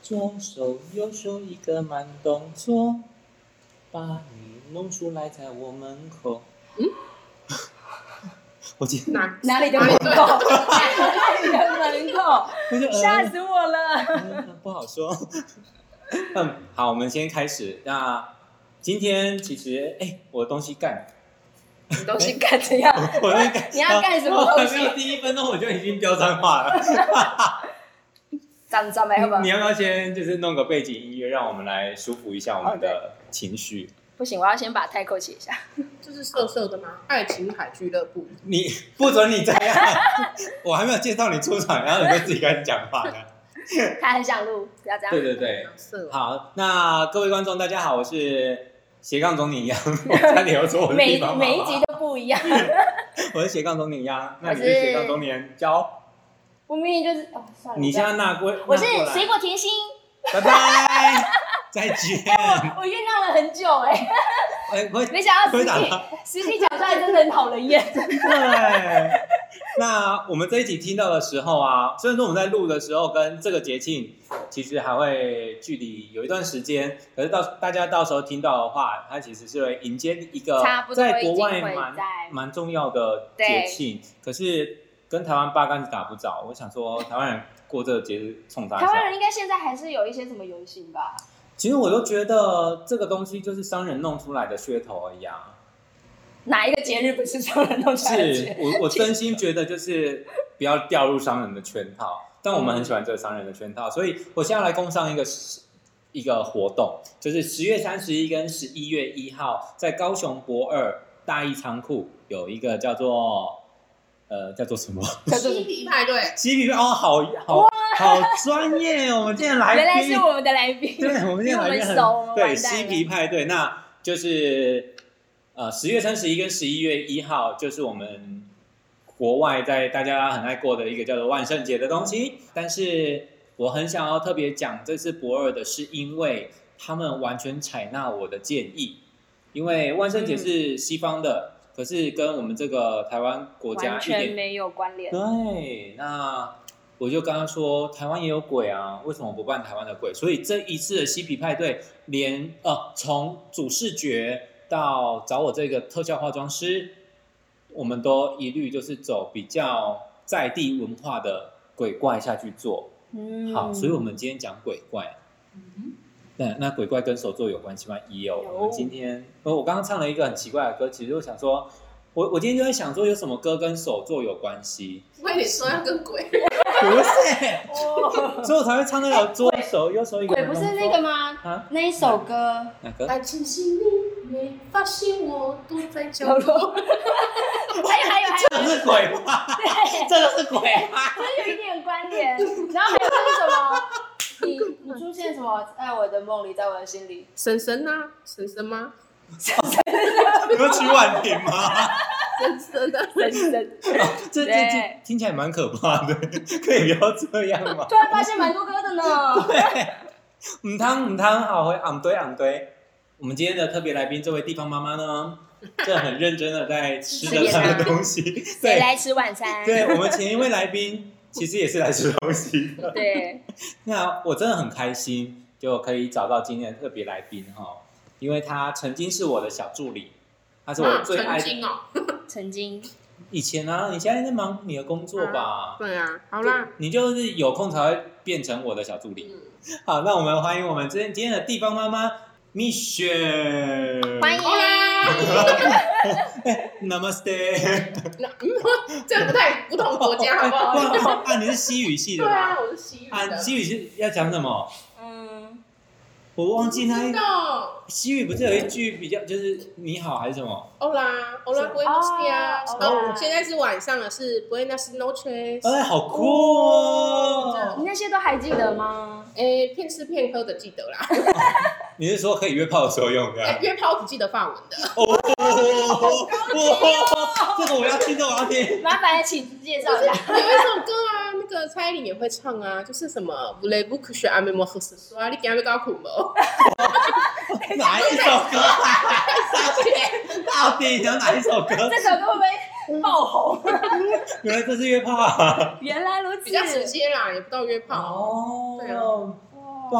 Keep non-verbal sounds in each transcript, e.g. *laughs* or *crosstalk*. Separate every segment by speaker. Speaker 1: 左手右手一个慢动作，把你弄出来在我门口。
Speaker 2: 嗯，
Speaker 1: *laughs* 我记得，
Speaker 2: 哪
Speaker 3: 哪里的
Speaker 2: 哪
Speaker 3: 门
Speaker 2: 里
Speaker 1: *laughs*
Speaker 2: *laughs*
Speaker 3: 口？哪里的门口？
Speaker 1: 我就
Speaker 3: 吓死我了！
Speaker 1: 嗯，不好说。嗯，好，我们先开始。那今天其实，哎、我东西
Speaker 3: *laughs*
Speaker 1: 干，
Speaker 2: 你东
Speaker 3: 你
Speaker 2: 西
Speaker 3: 干怎样？
Speaker 1: 我在干，
Speaker 3: 你要干什么东
Speaker 1: 我还
Speaker 3: 西
Speaker 1: 没
Speaker 3: *laughs*
Speaker 1: 有第一分钟我就已经飙脏话了。
Speaker 3: 站站没有吧
Speaker 1: *laughs* 你？要不要先就是弄个背景音乐，让我们来舒服一下我们的情绪？
Speaker 3: 不行，我要先把 taco 写一下。
Speaker 2: 这是色色的吗？爱琴海俱乐部，
Speaker 1: 你 *laughs* 不准你这样， *laughs* 我还没有介绍你出场，然后你就自己开始讲话
Speaker 3: *laughs*
Speaker 1: 了。
Speaker 3: 他很想录，不要这样。
Speaker 1: 对对对，
Speaker 2: 色哦，
Speaker 1: 好，那各位观众大家好，我是斜杠总
Speaker 3: *laughs*
Speaker 1: 领央，我差点要说我的
Speaker 3: 每
Speaker 1: 地
Speaker 3: 一
Speaker 1: 方
Speaker 3: 每一
Speaker 1: 好不好
Speaker 3: 集都不一样。
Speaker 1: 我是斜杠总领央，那你
Speaker 3: 我
Speaker 1: 是
Speaker 3: 是
Speaker 1: 斜杠中年交，
Speaker 3: 我明明就是哦，算了。
Speaker 1: 你
Speaker 3: 不要
Speaker 1: 现在纳过，
Speaker 3: 我是
Speaker 1: 纳过来
Speaker 3: 水，果甜心，
Speaker 1: 拜
Speaker 3: *laughs*
Speaker 1: 拜，再见。
Speaker 3: 我酝酿了很久哎、
Speaker 1: 哎，我
Speaker 3: 没想到
Speaker 1: 回
Speaker 3: 实
Speaker 1: 答
Speaker 3: 际
Speaker 1: 他，
Speaker 3: 实际讲出来真的很讨人厌。
Speaker 1: 对，那我们这一集听到的时候啊，虽然说我们在录的时候跟这个节庆其实还会距离有一段时间，可是到大家到时候听到的话，它其实是会迎接一个
Speaker 3: 差不多
Speaker 1: 在国
Speaker 3: 已
Speaker 1: 外
Speaker 3: 经会
Speaker 1: 蛮
Speaker 3: 在
Speaker 1: 蛮重要的节庆，可是跟台湾八竿子打不着。我想说，台湾人过这个节日冲啥
Speaker 3: 台湾
Speaker 1: 笑？
Speaker 3: 人应该现在还是有一些什么游行吧？
Speaker 1: 其实我都觉得这个东西就是商人弄出来的噱头而已啊。
Speaker 3: 哪一个节日不是商人弄出来的
Speaker 1: 是
Speaker 3: 节？
Speaker 1: 我我真心觉得就是不要掉入商人的圈套，但我们很喜欢这个商人的圈套，所以我现在来工商一个十一个活动，就是十月三十一跟十一月一号在高雄博二大义仓库有一个叫做呃叫做什么 *laughs*
Speaker 3: 可
Speaker 2: 嬉
Speaker 3: 是
Speaker 2: 皮派对，
Speaker 1: 嬉皮哦，好好好专业哦，我们今天来
Speaker 3: 原来是
Speaker 1: 宾
Speaker 3: 我们的来宾，
Speaker 1: 对，我们今天
Speaker 3: 因为我
Speaker 1: 来
Speaker 3: 们
Speaker 1: 宾很
Speaker 3: 熟我们
Speaker 1: 对
Speaker 3: 哦完蛋
Speaker 1: 嬉
Speaker 3: 了
Speaker 1: 皮派对，那就是呃十月三十一跟十一月一号，就是我们国外在大家很爱过的一个叫做万圣节的东西。但是我很想要特别讲这次博尔的，是因为他们完全采纳我的建议，因为万圣节是西方的，可是跟我们这个台湾国家
Speaker 3: 完
Speaker 1: 一点
Speaker 3: 全没有关联。
Speaker 1: 对，那我就跟他说，台湾也有鬼啊，为什么不办台湾的鬼？所以这一次的嬉皮派对，连呃从主视觉到找我这个特效化妆师，我们都一律就是走比较在地文化的鬼怪下去做。
Speaker 3: 嗯
Speaker 1: 好，所以我们今天讲鬼怪。那那鬼怪跟手作有关系吗？也有。
Speaker 3: 有
Speaker 1: 我们今天，呃我刚刚唱了一个很奇怪的歌，其实我想说，我我今天就在想说，有什么歌跟手作有关系？
Speaker 2: 我以为你说要跟鬼，
Speaker 3: *laughs*
Speaker 1: 不是，
Speaker 3: 哦
Speaker 1: 所以我才会唱那个左手右手一个
Speaker 3: 鬼
Speaker 1: 慢
Speaker 3: 不
Speaker 1: 动作。
Speaker 3: 是那个吗？
Speaker 1: 啊？
Speaker 3: 那一首歌，
Speaker 1: 哪个？
Speaker 2: 爱情是你没发现我都在角
Speaker 3: 角
Speaker 2: 落。
Speaker 3: *laughs* 落还有还有还有，
Speaker 1: 这个是鬼吗？
Speaker 3: 对，
Speaker 1: 这个是鬼吗？
Speaker 3: 真有一点关联。然后还有就是什么？你你出现什么？在我的梦里，在我的心里。
Speaker 2: 婶婶呐，婶婶啊吗？
Speaker 1: 你们曲婉婷吗？
Speaker 2: 婶婶的，
Speaker 3: 人生
Speaker 1: 这这这
Speaker 3: 对
Speaker 1: 听起来蛮可怕的，可以不要这样吗？
Speaker 3: 突然发现蛮多歌的呢。
Speaker 1: 唔汤唔嗯汤，好会昂堆昂堆。我们今天的特别来宾这位地方妈妈呢，这很认真的在吃着她的东西。
Speaker 3: 啊谁
Speaker 1: 对
Speaker 3: 来吃晚餐？
Speaker 1: 对，我们前一位来宾其实也是来吃东西的。
Speaker 3: 对，
Speaker 1: 那我真的很开心，就可以找到今天的特别来宾哈、因为他曾经是我的小助理，他是我最爱
Speaker 2: 曾
Speaker 1: 的。
Speaker 2: 经哦，
Speaker 3: 曾经
Speaker 1: 以前啊，你现在在忙你的工作吧？
Speaker 2: 对啊，好啦，
Speaker 1: 你就是有空才会变成我的小助理。
Speaker 2: 嗯，
Speaker 1: 好，那我们欢迎我们今天今天的地方妈妈蜜雪。
Speaker 3: 欢迎。啊
Speaker 1: Namaste。
Speaker 2: 那嗯， *laughs* 这不太不同国家好不好？
Speaker 1: *laughs* 哇啊，你是西语系的
Speaker 2: 对
Speaker 1: 吧
Speaker 2: 啊，？我是西语
Speaker 1: 啊，
Speaker 2: 的，
Speaker 1: 西语系要讲什么？
Speaker 3: 嗯，
Speaker 1: 我忘记那
Speaker 2: 知
Speaker 1: 一
Speaker 2: 道，
Speaker 1: 西语不是有一句比较就是你好还是什么？
Speaker 2: 欧啦，欧啦，Buenos dias。哦，现在是晚上了，是 Buenos noches。
Speaker 1: 哎，好酷哦！
Speaker 3: 你那些都还记得吗？
Speaker 2: 哎，片吃片喝的记得啦。
Speaker 1: 你是说可以约炮的时候用 *laughs* 的？
Speaker 2: *laughs* 哎，约炮只记得法文的，
Speaker 1: 哦，这个我要听，这个我要听。
Speaker 3: 麻烦请介绍一下。
Speaker 2: 有一首歌啊，那个蔡依林也会唱啊，就是什么 v o u l e z v o u que je aime moi ce soir？你今日搞苦无？
Speaker 1: 哪一首 *laughs* 歌啊？到底想哪一首歌？
Speaker 3: 这首歌会不会爆红？
Speaker 1: 原来这是约炮啊！
Speaker 3: 原来如此。
Speaker 2: 比较直接啦，也不到约炮。
Speaker 1: 哦
Speaker 2: 对啊
Speaker 3: 哇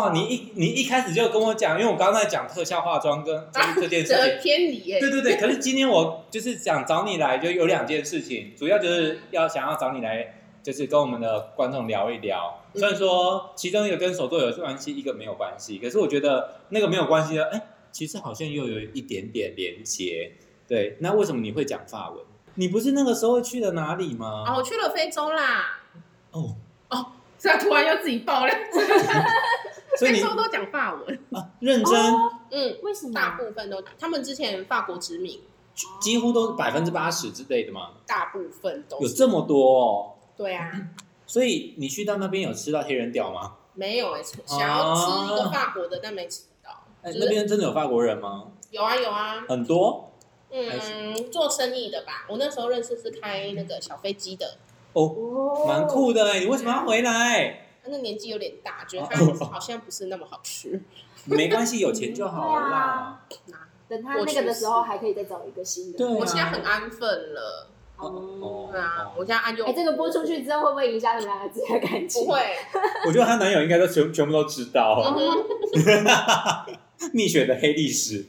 Speaker 1: 哇，你一你一开始就跟我讲，因为我刚刚在讲特效化妆跟就是这件事情
Speaker 2: 这，偏离耶
Speaker 1: 对，对对，可是今天我就是想找你来，就有两件事情，主要就是要想要找你来，就是跟我们的观众聊一聊。
Speaker 2: 嗯
Speaker 1: 虽然说其中一个跟手作有关系，一个没有关系，可是我觉得那个没有关系的，哎，其实好像又有一点点连结。对，那为什么你会讲法文？你不是那个时候去了哪里吗？
Speaker 2: 哦，我去了非洲啦， *laughs*
Speaker 1: 哦，
Speaker 2: 这啊突然又自己爆料，
Speaker 1: 所以
Speaker 2: 非
Speaker 1: 你
Speaker 2: 洲都讲法文，
Speaker 1: 啊认真，
Speaker 3: 哦
Speaker 2: 嗯，
Speaker 3: 为什么？
Speaker 2: 大部分都，他们之前法国殖民，
Speaker 1: 几乎都百分之八十之类的嘛，
Speaker 2: 大部分都
Speaker 1: 有
Speaker 2: 是，
Speaker 1: 这么多哦。
Speaker 2: 对啊，
Speaker 1: 所以你去到那边有吃到黑人屌吗？
Speaker 2: 没有哎，
Speaker 1: 哦
Speaker 2: 想要吃一个法国的，但没吃到，
Speaker 1: 哎，
Speaker 2: 就是
Speaker 1: 那边真的有法国人吗？
Speaker 2: 有啊有啊，
Speaker 1: 很多还
Speaker 2: 嗯，做生意的吧，我那时候认识是开那个小飞机的，
Speaker 1: 哦，
Speaker 3: 哦
Speaker 1: 蛮酷的哎！你为什么要回
Speaker 2: *laughs*
Speaker 1: 来？
Speaker 2: 他那年纪有点大，觉得
Speaker 1: 哦
Speaker 2: 他好像不是那么好
Speaker 3: *laughs*
Speaker 2: 吃，
Speaker 1: 没关系，有钱就好了啦。
Speaker 3: 等他那个的时候，还可以再找一个新的。
Speaker 1: 对啊
Speaker 2: 我现在很安分了，
Speaker 3: 哦。
Speaker 2: 对啊，我现在安就
Speaker 3: 哎，这个播出去之后，会不会影响你们两个之间的感情？
Speaker 2: 不。会，
Speaker 1: 我觉得她男友应该都全全部都知
Speaker 2: 嗯
Speaker 1: 道
Speaker 2: 哼
Speaker 1: 蜜雪的黑历
Speaker 2: *laughs*
Speaker 1: 史，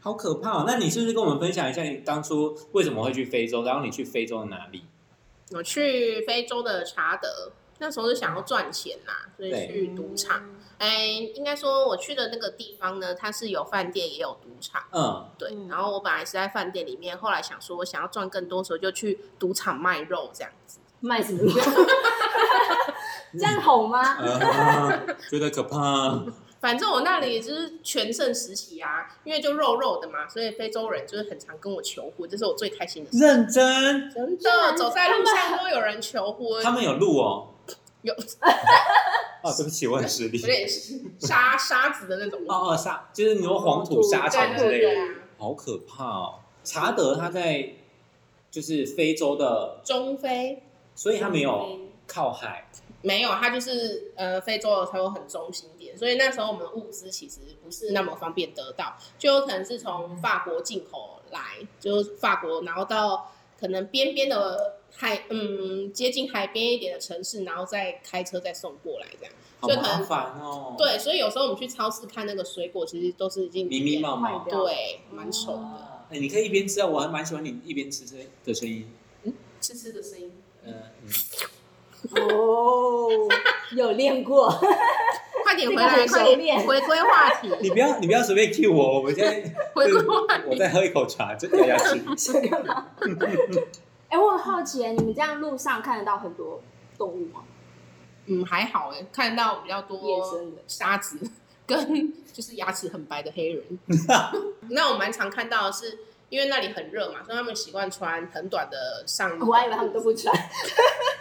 Speaker 1: 好可怕哦！那你是不是跟我们分享一下你当初为什么会去非洲？然后你去非洲的哪里？
Speaker 2: 我去非洲的查德，那时候是想要赚钱啦，所以
Speaker 1: 对
Speaker 2: 去赌场。。哎、应该说我去的那个地方呢，它是有饭店也有赌场， *laughs*
Speaker 1: 嗯，
Speaker 2: 对。
Speaker 3: 嗯
Speaker 2: 然后我本来是在饭店里面，后来想说我想要赚更多，所以就去赌场卖肉这样子。
Speaker 3: 卖什么
Speaker 1: *laughs*
Speaker 3: 肉？这样哄吗？
Speaker 1: 啊觉得可
Speaker 2: *laughs*
Speaker 1: 怕。
Speaker 2: 反正我那里就是全盛时期啊，因为就肉肉的嘛，所以非洲人就是很常跟我求婚，这是我最开心的事。
Speaker 1: 认真，
Speaker 2: 真
Speaker 3: 天
Speaker 2: 的，
Speaker 3: 哪
Speaker 2: 走在路上都有人求婚，
Speaker 1: 他们有录哦。
Speaker 2: 有
Speaker 1: *laughs* 哦，对不起，我很失礼
Speaker 2: 有。点沙沙子的那种。
Speaker 1: 哦哦，沙就是你说黄土沙场
Speaker 2: 对
Speaker 1: 之
Speaker 2: 对
Speaker 1: 类
Speaker 2: 对
Speaker 1: 的。
Speaker 2: 啊，
Speaker 1: 好可怕哦！查德他在就是非洲的，
Speaker 2: 中非
Speaker 1: 所以他没有靠海，
Speaker 2: 没有，它就是呃非洲的才有很中心点，所以那时候我们物资其实不是那么方便得到，就有可能是从法国进口来，就是法国，然后到可能边边的海，嗯，接近海边一点的城市，然后再开车再送过来这样。
Speaker 1: 好
Speaker 2: 所以可
Speaker 1: 麻
Speaker 2: 能
Speaker 1: 烦哦。，
Speaker 2: 对，所以有时候我们去超市看那个水果，其实都是已经
Speaker 1: 迷迷冒冒
Speaker 3: 坏。掉
Speaker 2: 对，蛮丑的，
Speaker 1: 啊哎你可以一边吃啊，我还蛮喜欢你一边吃这的声音。
Speaker 2: 吃吃的声音。
Speaker 1: 嗯，嗯
Speaker 3: 哦，有练过。
Speaker 2: 快点回
Speaker 3: 这
Speaker 2: 来，
Speaker 3: 个很熟
Speaker 2: 快点
Speaker 3: 练
Speaker 2: 回归话题，
Speaker 1: 你不要你不要随便 cue 我，我们现在
Speaker 2: 回归话
Speaker 1: 我
Speaker 2: 题。
Speaker 1: 再喝一口茶，真的要吃。
Speaker 3: 想干嘛？哎，我很好奇，你们这样路上看得到很多动物吗？
Speaker 2: 嗯，还好哎，看到比较多
Speaker 3: 野生的。
Speaker 2: 沙子 *laughs* 跟就是牙齿很白的
Speaker 1: *laughs*
Speaker 2: 黑人。那我蛮常看到的是，因为那里很热嘛，所以他们习惯穿很短的上衣。
Speaker 3: 哦我还以为他们都不穿，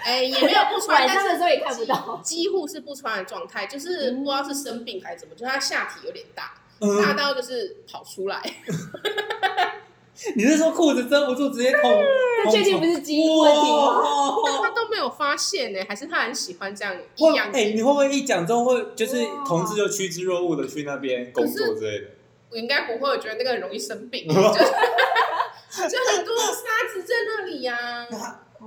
Speaker 2: 哎、也没有不穿，
Speaker 3: *laughs* 晚
Speaker 2: 但
Speaker 3: 上
Speaker 2: 是
Speaker 3: 的时候也看不到。
Speaker 2: 几乎是不穿的状态，就是不知道是生病还是怎么，就是他下体有点大，大
Speaker 1: 嗯，
Speaker 2: 到就是跑出来。
Speaker 1: 你是说裤子遮不住直接捅？捅
Speaker 3: *laughs* 确定不是基因问题吗？
Speaker 1: 哇
Speaker 2: *laughs* 他都没有发现呢、还是他很喜欢这样异
Speaker 1: 会
Speaker 2: 样
Speaker 1: 哎、你
Speaker 2: 子。
Speaker 1: 会不会一讲之后会就是
Speaker 3: 哇
Speaker 1: 同志就趋之若鹜的去那边工作之类的？
Speaker 2: 我应该不会，我觉得那个很容易生
Speaker 1: *laughs*
Speaker 2: 病，
Speaker 1: 哦
Speaker 2: 就是就很多沙子在那里呀、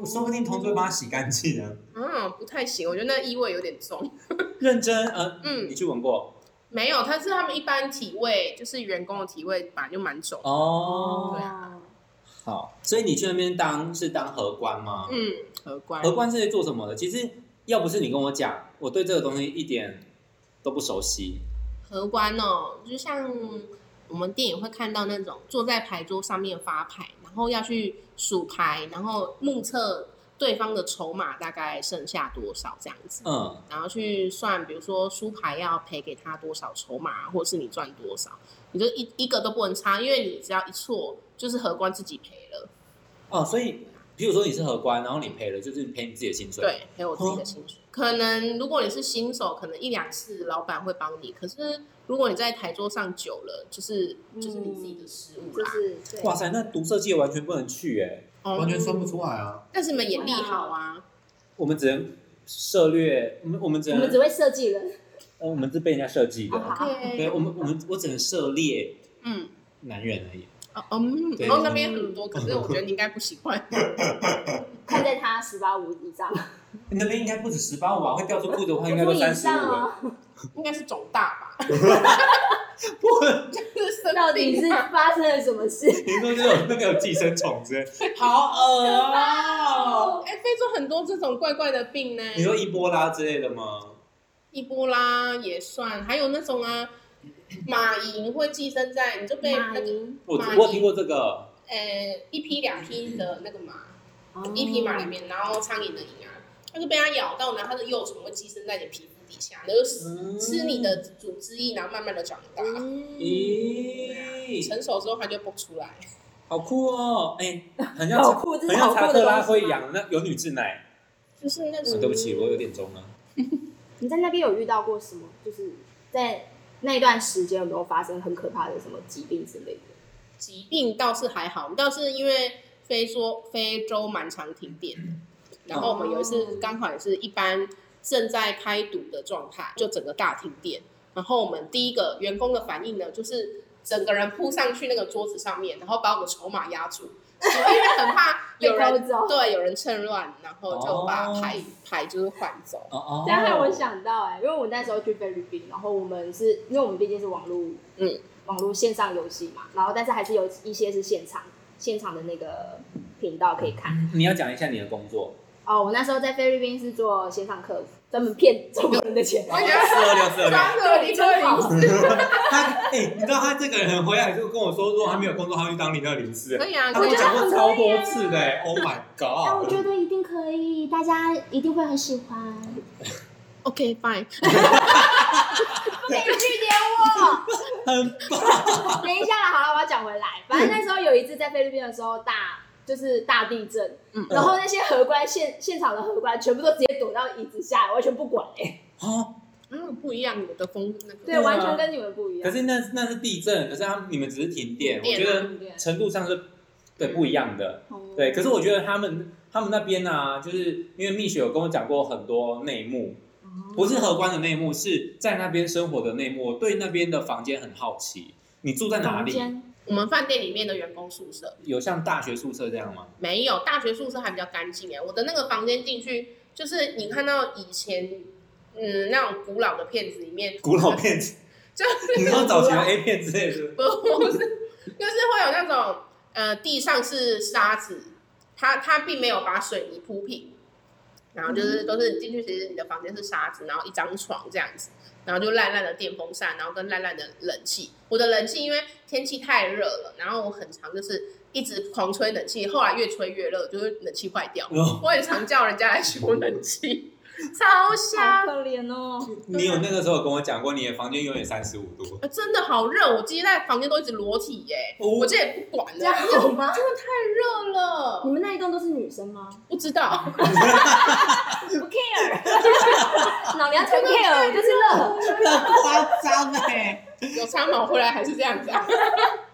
Speaker 1: 我说不定同志会帮他洗干净啊。
Speaker 2: 嗯，不太行，我觉得那异味有点重。
Speaker 1: *laughs* 认真，呃，
Speaker 2: 嗯
Speaker 1: 你去闻过
Speaker 2: 没有，但是他们一般体味就是员工的体味，本来就蛮重。
Speaker 1: 哦
Speaker 2: 对
Speaker 3: 啊，
Speaker 1: 好，所以你去那边当是当荷官吗？
Speaker 2: 嗯，荷官
Speaker 1: 荷官是在做什么的？其实要不是你跟我讲，我对这个东西一点都不熟悉。
Speaker 2: 荷官哦，就像我们电影会看到那种坐在牌桌上面发牌，然后要去数牌，然后目测对方的筹码大概剩下多少这样子，
Speaker 1: 嗯，
Speaker 2: 然后去算，比如说输牌要赔给他多少筹码，或者是你赚多少，你就一一个都不能差，因为你只要一错，就是荷官自己赔了，
Speaker 1: 哦，所以比如说你是荷官，然后你赔了，就是赔你自己的薪水。，
Speaker 2: 对，赔我自己的薪水。可能如果你是新手，可能一两次老板会帮你，可是如果你在台桌上久了，就是就是你自己的失误
Speaker 3: 就
Speaker 2: 啦。
Speaker 3: 是对
Speaker 1: 哇塞，那毒色界完全不能去哎、
Speaker 2: 哦，
Speaker 1: 算不出来啊。
Speaker 2: 但是你们眼力好啊，
Speaker 1: 我们只能涉略，我们我们只
Speaker 3: 我
Speaker 1: 能
Speaker 3: 们只会设计了。
Speaker 1: 呃，
Speaker 2: 嗯
Speaker 1: 我们是被人家设计的。
Speaker 3: 啊
Speaker 2: 对
Speaker 1: 对，我们我们我只能涉猎
Speaker 2: 嗯，
Speaker 1: 男人而已。
Speaker 2: 哦，嗯，
Speaker 1: 对
Speaker 2: 然后那边很多，可是我觉得你应该不习 *laughs* 惯。
Speaker 3: 看在他十八五以上，
Speaker 1: 那边应该不止十八五吧？会掉出裤子的话，应该
Speaker 3: 不
Speaker 1: 都
Speaker 3: 以
Speaker 1: 三十五
Speaker 3: 上
Speaker 1: 了。 *laughs*
Speaker 3: 啊，
Speaker 2: 应该是肿大吧？ *laughs*
Speaker 1: 不，
Speaker 2: 就是生
Speaker 3: 到底是
Speaker 2: 病啊吧
Speaker 3: 发生了什么事？
Speaker 1: 你说这种那个有寄生虫之类，
Speaker 3: *laughs*
Speaker 1: 好恶哦、
Speaker 2: 哎，非洲很多这种怪怪的病呢，
Speaker 1: *laughs* 你说伊波拉之类的吗？
Speaker 2: 伊波拉也算，还有那种啊，马蝇会寄生在，你就被
Speaker 3: 马
Speaker 2: 那个
Speaker 3: 云，
Speaker 1: 我
Speaker 2: 蚂蚁
Speaker 1: 我听过这个，
Speaker 2: 呃一批两批的那个马，
Speaker 3: 哦
Speaker 2: 一匹马里面，然后苍蝇的蝇啊，它就被它咬到，然后它的幼虫会寄生在你皮肤底下，然后就吃
Speaker 1: 嗯
Speaker 2: 吃你的组织液，然后慢慢的长大。
Speaker 3: 嗯，
Speaker 1: 咦，
Speaker 3: 啊
Speaker 2: 成熟之后它就蹦出来，
Speaker 1: 好酷哦、哎、很像
Speaker 3: 好
Speaker 1: 查
Speaker 3: 酷，这
Speaker 1: 很
Speaker 3: 是好
Speaker 1: 像查
Speaker 3: 酷的
Speaker 1: 克拉
Speaker 3: 东
Speaker 1: 会
Speaker 3: 西吗。嗯
Speaker 1: 养那有女质奶、
Speaker 2: 就是那
Speaker 1: 啊
Speaker 2: 种
Speaker 1: 对不起，我有点中了。
Speaker 3: 你在那边有遇到过什么？就是在那段时间有没有发生很可怕的什么疾病之类的？
Speaker 2: 疾病倒是还好，倒是因为非洲非洲蛮常停电的，然后我们有一次刚好也是一般正在开赌的状态，就整个大停电。然后我们第一个员工的反应呢，就是整个人扑上去那个桌子上面，然后把我们筹码压住，因为很怕有
Speaker 3: 被
Speaker 2: 人
Speaker 3: 偷走
Speaker 2: 对有人趁乱，然后就把牌、牌就是换走。
Speaker 1: 哦哦
Speaker 3: 这样让我想到哎、因为我那时候去菲律宾，然后我们是因为我们毕竟是网络，
Speaker 2: 嗯，
Speaker 3: 网络线上游戏嘛，然后但是还是有一些是现场现场的那个频道可以看。
Speaker 1: 嗯你要讲一下你的工作，
Speaker 3: 哦，我那时候在菲律宾是做线上客服，专门骗中国人的钱。
Speaker 2: 我觉得
Speaker 1: 四二六四二六。
Speaker 2: 三二零二零
Speaker 1: 他哎、你知道他这个人很回来就跟我说，如果他没有工作，他会去当零二零四。
Speaker 2: 可以啊，
Speaker 1: 他
Speaker 2: 可
Speaker 1: 跟
Speaker 2: 以
Speaker 1: 我
Speaker 2: 啊
Speaker 1: 讲过超多次的、o h my
Speaker 3: 哎，我
Speaker 1: god！
Speaker 3: 觉得一定可以，大家一定会很喜欢。
Speaker 2: ，OK fine。
Speaker 3: 不可以拒绝我。
Speaker 1: 很
Speaker 3: 等一下啦，好了，我要讲回来。反正那时候有一次在菲律宾的时候大，就是大地震，
Speaker 2: 嗯
Speaker 3: 然后那些荷官现现场的荷官全部都直接躲到椅子下，完全不管哎、
Speaker 1: 哦，
Speaker 2: 嗯，不一样，我的风那个
Speaker 1: 对
Speaker 3: 对，
Speaker 1: 啊
Speaker 3: 完全跟你们不一
Speaker 1: 可
Speaker 3: 样。
Speaker 1: 是那那是地震，可是他你们只是停电，我
Speaker 2: 停
Speaker 1: 觉
Speaker 2: 电啊
Speaker 1: 得程度上是对不一样的。
Speaker 3: 哦
Speaker 1: 对，可是我觉得他们他们那边啊，就是因为蜜雪有跟我讲过很多内幕，不是荷官的内幕，是在那边生活的内幕。我对那边的房间很好奇，你住在哪
Speaker 3: 房
Speaker 1: 里？
Speaker 3: 间
Speaker 2: 我们饭店里面的员工宿舍
Speaker 1: 有像大学宿舍这样吗？
Speaker 2: 没有，大学宿舍还比较干净哎。我的那个房间进去，就是你看到以前嗯那种古老的片子里面， *laughs*
Speaker 1: 古老片子，
Speaker 2: 就是
Speaker 1: 你说早期的 A 片之类的是不是？
Speaker 2: 不是，就是会有那种呃地上是沙子，它它并没有把水泥铺平，然后就是都是你进去，其实你的房间是沙子，然后一张床这样子，然后就烂烂的电风扇，然后跟烂烂的冷气。我的冷气因为天气太热了，然后我很常就是一直狂吹冷气，后来越吹越热，就是冷气坏掉。
Speaker 1: 哦，
Speaker 2: 我很常叫人家来修冷气， *laughs* 超
Speaker 3: 好
Speaker 1: 啊
Speaker 2: 瞎。
Speaker 3: 可怜哦。
Speaker 1: 你有那个时候有跟我讲过，你的房间永远三十五
Speaker 2: *laughs*
Speaker 1: 度。
Speaker 2: 呃真的好热，我今天在房间都一直裸体耶、
Speaker 1: 哦
Speaker 2: 我这也不管了，啊
Speaker 3: 这
Speaker 2: *laughs*
Speaker 3: 样好吗
Speaker 2: 真的太热了
Speaker 3: 你，们那一栋都是女生吗？
Speaker 2: 不知道， *laughs*
Speaker 3: 不 care，老娘才 care，我就是乐。
Speaker 1: 那夸张哎！
Speaker 2: 有长毛回来还是这样子啊？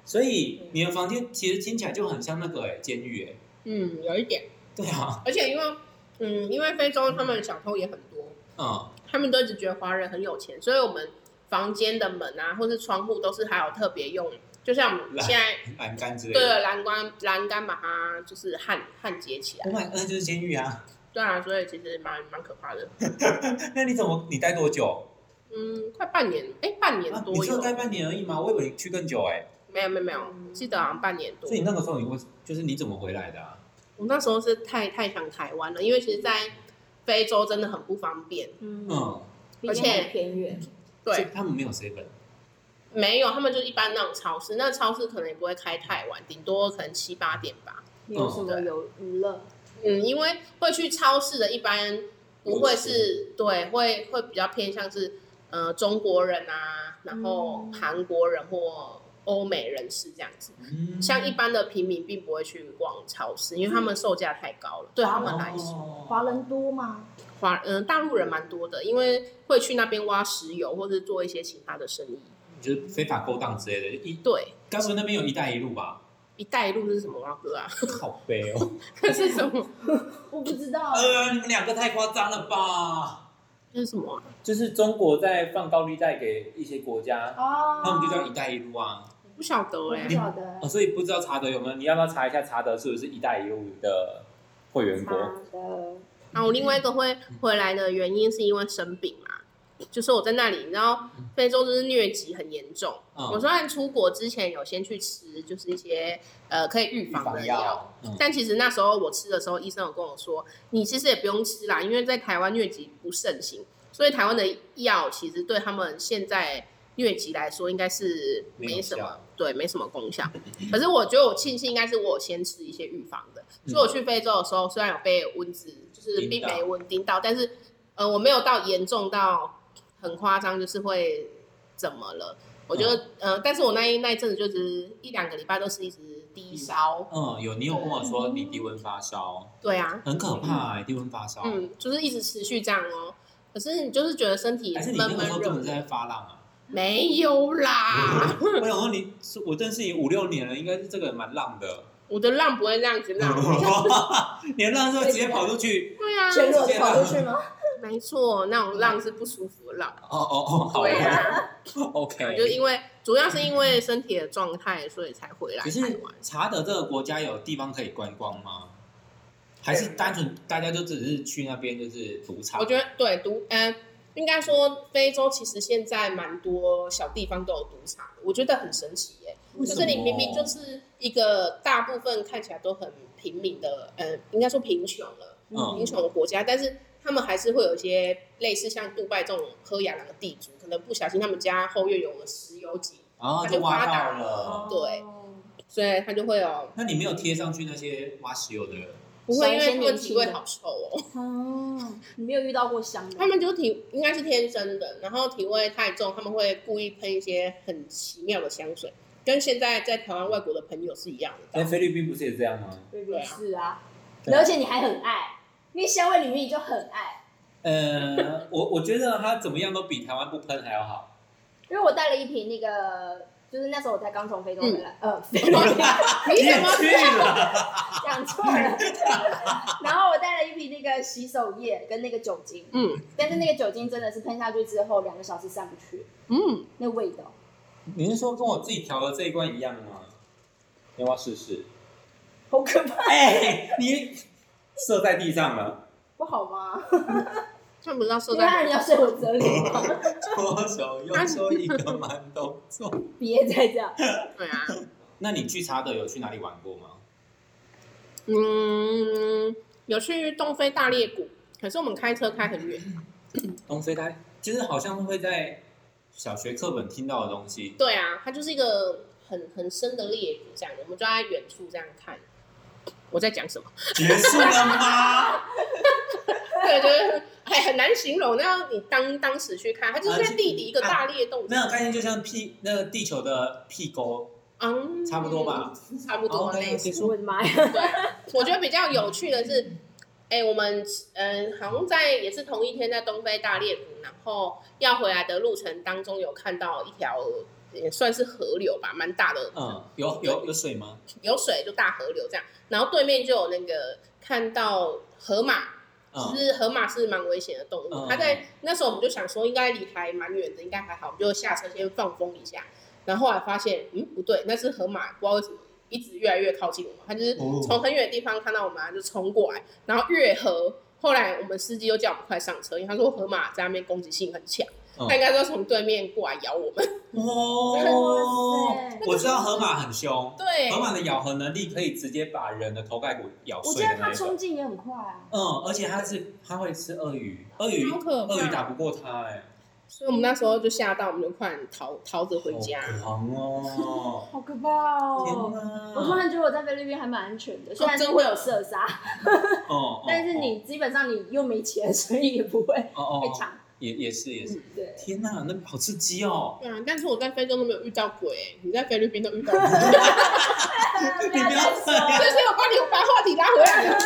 Speaker 1: 所以你的房间其实听起来就很像那个哎、监狱哎。
Speaker 2: *laughs* 嗯，有一点，
Speaker 1: 对啊，
Speaker 2: 而且因为，嗯，因为非洲他们小偷也很多，
Speaker 1: 嗯，
Speaker 2: 他们都一直觉得华人很有钱，所以我们房间的门啊，或是窗户都是还有特别用，就像我们现在
Speaker 1: 栏杆之类
Speaker 2: 对
Speaker 1: 的。
Speaker 2: 了栏杆栏杆把它就是焊焊接起来，
Speaker 1: 我买 Oh 那就是监狱啊。 *laughs*
Speaker 2: 对啊，所以其实蛮蛮可怕的，
Speaker 1: 那你怎么你待多久？
Speaker 2: 嗯，快半年，哎，半年
Speaker 1: 啊、你
Speaker 2: 多
Speaker 1: 只有
Speaker 2: 有，
Speaker 1: 待半年而已吗？我以为你去更久哎、
Speaker 2: 没有没有没有，记得好像半年多，
Speaker 1: 所以你那个时候你会就是你怎么回来的、啊？
Speaker 2: 我那时候是太太想台湾了，因为其实，在非洲真的很不方便。
Speaker 3: 嗯，
Speaker 1: 嗯，
Speaker 3: 毕竟很偏远，
Speaker 1: 所以
Speaker 2: 对，
Speaker 1: 他们没有 seven。
Speaker 2: 没有，他们就一般那种超市，那超市可能也不会开太晚，顶多可能七八点吧。
Speaker 3: 没有什么有娱乐。
Speaker 2: 嗯，因为会去超市的，一般不会是对，会会比较偏向是呃中国人啊，然后
Speaker 3: 嗯
Speaker 2: 韩国人或欧美人士这样子。
Speaker 1: 嗯，
Speaker 2: 像一般的平民并不会去逛超市，因为他们售价太高了，对他们来说。
Speaker 1: 哦
Speaker 3: 华人多吗？
Speaker 2: 华嗯、大陆人蛮多的，因为会去那边挖石油或者做一些其他的生意。
Speaker 1: 就是非法勾当之类的。一，
Speaker 2: 对，
Speaker 1: 该不会那边有一带一路 *laughs* 吧？
Speaker 2: 一带一路是什么啊哥啊？ *laughs*
Speaker 1: 好悲哦。
Speaker 2: 这是什么？
Speaker 3: 我不知道。
Speaker 1: 呃，你们两个太夸张了吧？
Speaker 2: 这是什么啊？
Speaker 1: 就是中国在放高利贷给一些国家，
Speaker 3: 哦，
Speaker 1: 他们就叫“一带一路”啊。
Speaker 2: 不晓得
Speaker 3: 我
Speaker 2: 哎、
Speaker 3: 不晓得
Speaker 1: 哦，。所以不知道查德有没有？你要不要查一下查德是不是“一带一路”的会员国？
Speaker 3: 的，
Speaker 2: 然后我另外一个会回来的原因是因为生病嘛，就是我在那里，然后非洲就是疟疾很严重。
Speaker 1: 嗯
Speaker 2: 我虽然出国之前有先去吃，就是一些呃可以预防的药，，
Speaker 1: 嗯，
Speaker 2: 但其实那时候我吃的时候，医生有跟我说，你其实也不用吃啦，因为在台湾疟疾不盛行，所以台湾的药其实对他们现在疟疾来说应该是没什
Speaker 1: 没有
Speaker 2: 么
Speaker 1: 效，
Speaker 2: 对，没什么功效。可是我觉得我庆幸应该是我有先吃一些预防的，
Speaker 1: 嗯
Speaker 2: 所以我去非洲的时候虽然有被蚊子就是
Speaker 1: 叮
Speaker 2: 病
Speaker 1: 到
Speaker 2: 媒蚊叮到，但是呃我没有到严重到很夸张，就是会怎么了。我觉得，
Speaker 1: 嗯
Speaker 2: 呃，但是我那一那一阵子就只是一两个礼拜都是一直低烧，
Speaker 1: 嗯，有你有跟我说你低温发烧，
Speaker 2: 对啊，
Speaker 1: 很可怕哎，低温发烧，
Speaker 2: 嗯，就是一直持续这样哦。可是你就是觉得身体
Speaker 1: 还是你那
Speaker 2: 闷
Speaker 1: 个时
Speaker 2: 闷
Speaker 1: 候根
Speaker 2: 热
Speaker 1: 本是在
Speaker 2: 热，
Speaker 1: 发浪啊？
Speaker 2: 没有啦，
Speaker 1: 我想说你，我认识你五六年了，应该是这个人蛮浪的，
Speaker 2: *laughs* 我的浪不会这样子
Speaker 1: 嗯
Speaker 2: 浪。
Speaker 1: *laughs* 你的浪是直接跑出去，
Speaker 2: 对啊，
Speaker 3: 全裸跑出去吗？
Speaker 2: 没错，那种浪是不舒服的浪。
Speaker 1: 哦哦哦，好
Speaker 2: 对啊，
Speaker 1: *laughs* ，OK，
Speaker 2: *laughs* 就因为主要是因为身体的状态，所以才回来
Speaker 1: 可
Speaker 2: 台
Speaker 1: 是
Speaker 2: 湾。
Speaker 1: 查德这个国家有地方可以观光吗？还是单纯大家就只是去那边就是赌场？
Speaker 2: 我觉得对赌，呃，应该说非洲其实现在蛮多小地方都有赌场，我觉得很神奇耶、
Speaker 1: 为
Speaker 2: 就
Speaker 1: 什
Speaker 2: 是
Speaker 1: 么
Speaker 2: 你明明就是一个大部分看起来都很平民的，呃，应该说贫穷了，
Speaker 1: 嗯
Speaker 2: 贫穷的国家，但是他们还是会有一些类似像杜拜这种喝雅郎的地主，可能不小心他们家后院有了石油井，
Speaker 1: 然后
Speaker 2: 他就
Speaker 1: 挖
Speaker 2: 发达
Speaker 1: 到了。
Speaker 3: 哦
Speaker 2: 对，所以他就会有
Speaker 1: 那你没有贴上去那些挖石油的人？
Speaker 2: 不会，因
Speaker 3: 神
Speaker 2: 为他们
Speaker 3: 仙年
Speaker 2: 体
Speaker 3: 轻
Speaker 2: 味
Speaker 3: 的
Speaker 2: 好臭哦，
Speaker 3: 哦，
Speaker 4: 嗯
Speaker 3: 你没有遇到过香的
Speaker 2: 他？们就体应该是天生的，然后体味太重，他们会故意喷一些很奇妙的香水，跟现在在台湾外国的朋友是一样的道理。
Speaker 1: 菲律宾不是也这样吗？
Speaker 2: 对啊，
Speaker 3: 是啊，
Speaker 1: 对
Speaker 3: 而且你还很爱，因为香味里面你就很爱。
Speaker 1: 呃，我我觉得他怎么样都比台湾不喷还要好。
Speaker 3: 因为我带了一瓶那个，就是那时候我才刚从非洲回来，
Speaker 2: 嗯
Speaker 3: 呃，非洲
Speaker 2: *laughs*
Speaker 1: 你
Speaker 2: 你
Speaker 1: 也
Speaker 2: 怎么
Speaker 1: 去了？
Speaker 3: 讲错
Speaker 2: *laughs*
Speaker 3: 了。然后我带了一瓶那个洗手液跟那个酒精，
Speaker 2: 嗯
Speaker 3: 但是那个酒精真的是喷下去之后两个小时散不去，
Speaker 2: 嗯，
Speaker 3: 那味道。
Speaker 1: 你是说跟我自己调的这一罐一样吗？你要不要试试？
Speaker 3: 好可怕，
Speaker 1: 哎、你射在地上了，
Speaker 3: 不好吗？
Speaker 2: 他们不知道受
Speaker 3: 其
Speaker 2: 在
Speaker 3: 他人要睡我这里，
Speaker 2: *laughs*
Speaker 1: 左手右手一个慢动作。
Speaker 3: 别再这
Speaker 2: *laughs*
Speaker 3: 样。
Speaker 2: 对啊，
Speaker 1: 那你去查德有去哪里玩过吗？
Speaker 2: 嗯，有去东非大裂谷，可是我们开车开很远。
Speaker 1: 东非它就是好像会在小学课本听到的东西，
Speaker 2: 对啊，它就是一个很很深的裂谷，这样我们就在远处这样看。我在讲 *laughs* 什么？
Speaker 1: 结束了吗？
Speaker 2: 对，就是哎，很难形容。那你当当时去看，它就是在地底一个大裂洞，
Speaker 1: 那种概念就像屁那个地球的屁沟
Speaker 2: 嗯，
Speaker 1: 差不多吧，
Speaker 2: 差不多类似。
Speaker 1: 结束。
Speaker 3: 我的妈呀！
Speaker 2: 我觉得比较有趣的是，哎、我们嗯、好像在也是同一天在东非大裂谷，然后要回来的路程当中有看到一条也算是河流吧，蛮大的，
Speaker 1: 嗯，有有有水吗？
Speaker 2: 有水就大河流这样。然后对面就有那个看到河马，其
Speaker 1: 嗯，
Speaker 2: 实河马是蛮危险的动
Speaker 1: 嗯
Speaker 2: 物，它在那时候我们就想说应该离还蛮远的，应该还好，我们就下车先放风一下。然后后来发现，嗯，不对，那只河马不知道为什么一直越来越靠近我们，它就是
Speaker 1: 哦
Speaker 2: 从很远的地方看到我们啊，就冲过来，然后越河。后来我们司机又叫我们快上车，因为他说河马在那边攻击性很强，
Speaker 1: 嗯
Speaker 2: 它应该说从对面过来咬我们。
Speaker 1: 哦
Speaker 3: 哇塞，
Speaker 1: 我知道河马很凶，
Speaker 2: 对
Speaker 1: 河，马的咬合能力可以直接把人的头盖骨咬
Speaker 3: 我
Speaker 1: 碎
Speaker 3: 觉
Speaker 1: 的
Speaker 3: 得
Speaker 1: 那
Speaker 3: 它
Speaker 1: 一种
Speaker 3: 冲。劲也很快啊。！
Speaker 1: 嗯，而且它是它会吃鳄鱼，鳄鱼
Speaker 2: 超可怕
Speaker 1: 鳄鱼打不过它哎，
Speaker 2: 所以我们那时候就吓到，我们就快点逃逃着回家。
Speaker 1: 好狂哦
Speaker 2: *laughs*
Speaker 3: 好可怕
Speaker 1: 天
Speaker 3: 哦！
Speaker 1: 哪！
Speaker 3: 我突然觉得我在菲律宾还蛮安全的，虽
Speaker 2: 哦
Speaker 3: 然说会有射杀，
Speaker 1: 哦，哦
Speaker 3: 但是你基本上你又没钱， *laughs* 所以也不会
Speaker 1: 哦哦
Speaker 3: 被
Speaker 1: 哦，
Speaker 3: 抢。
Speaker 1: 也也是也是，
Speaker 2: 嗯
Speaker 3: 对，
Speaker 1: 天哪，那好刺激哦！
Speaker 2: 对啊，但是我在非洲都没有遇到鬼、你在菲律宾都遇到鬼。 *laughs*
Speaker 1: 你
Speaker 3: 不
Speaker 1: 不要
Speaker 3: 再
Speaker 1: 这样
Speaker 2: 这是我帮你把话题拉回来了，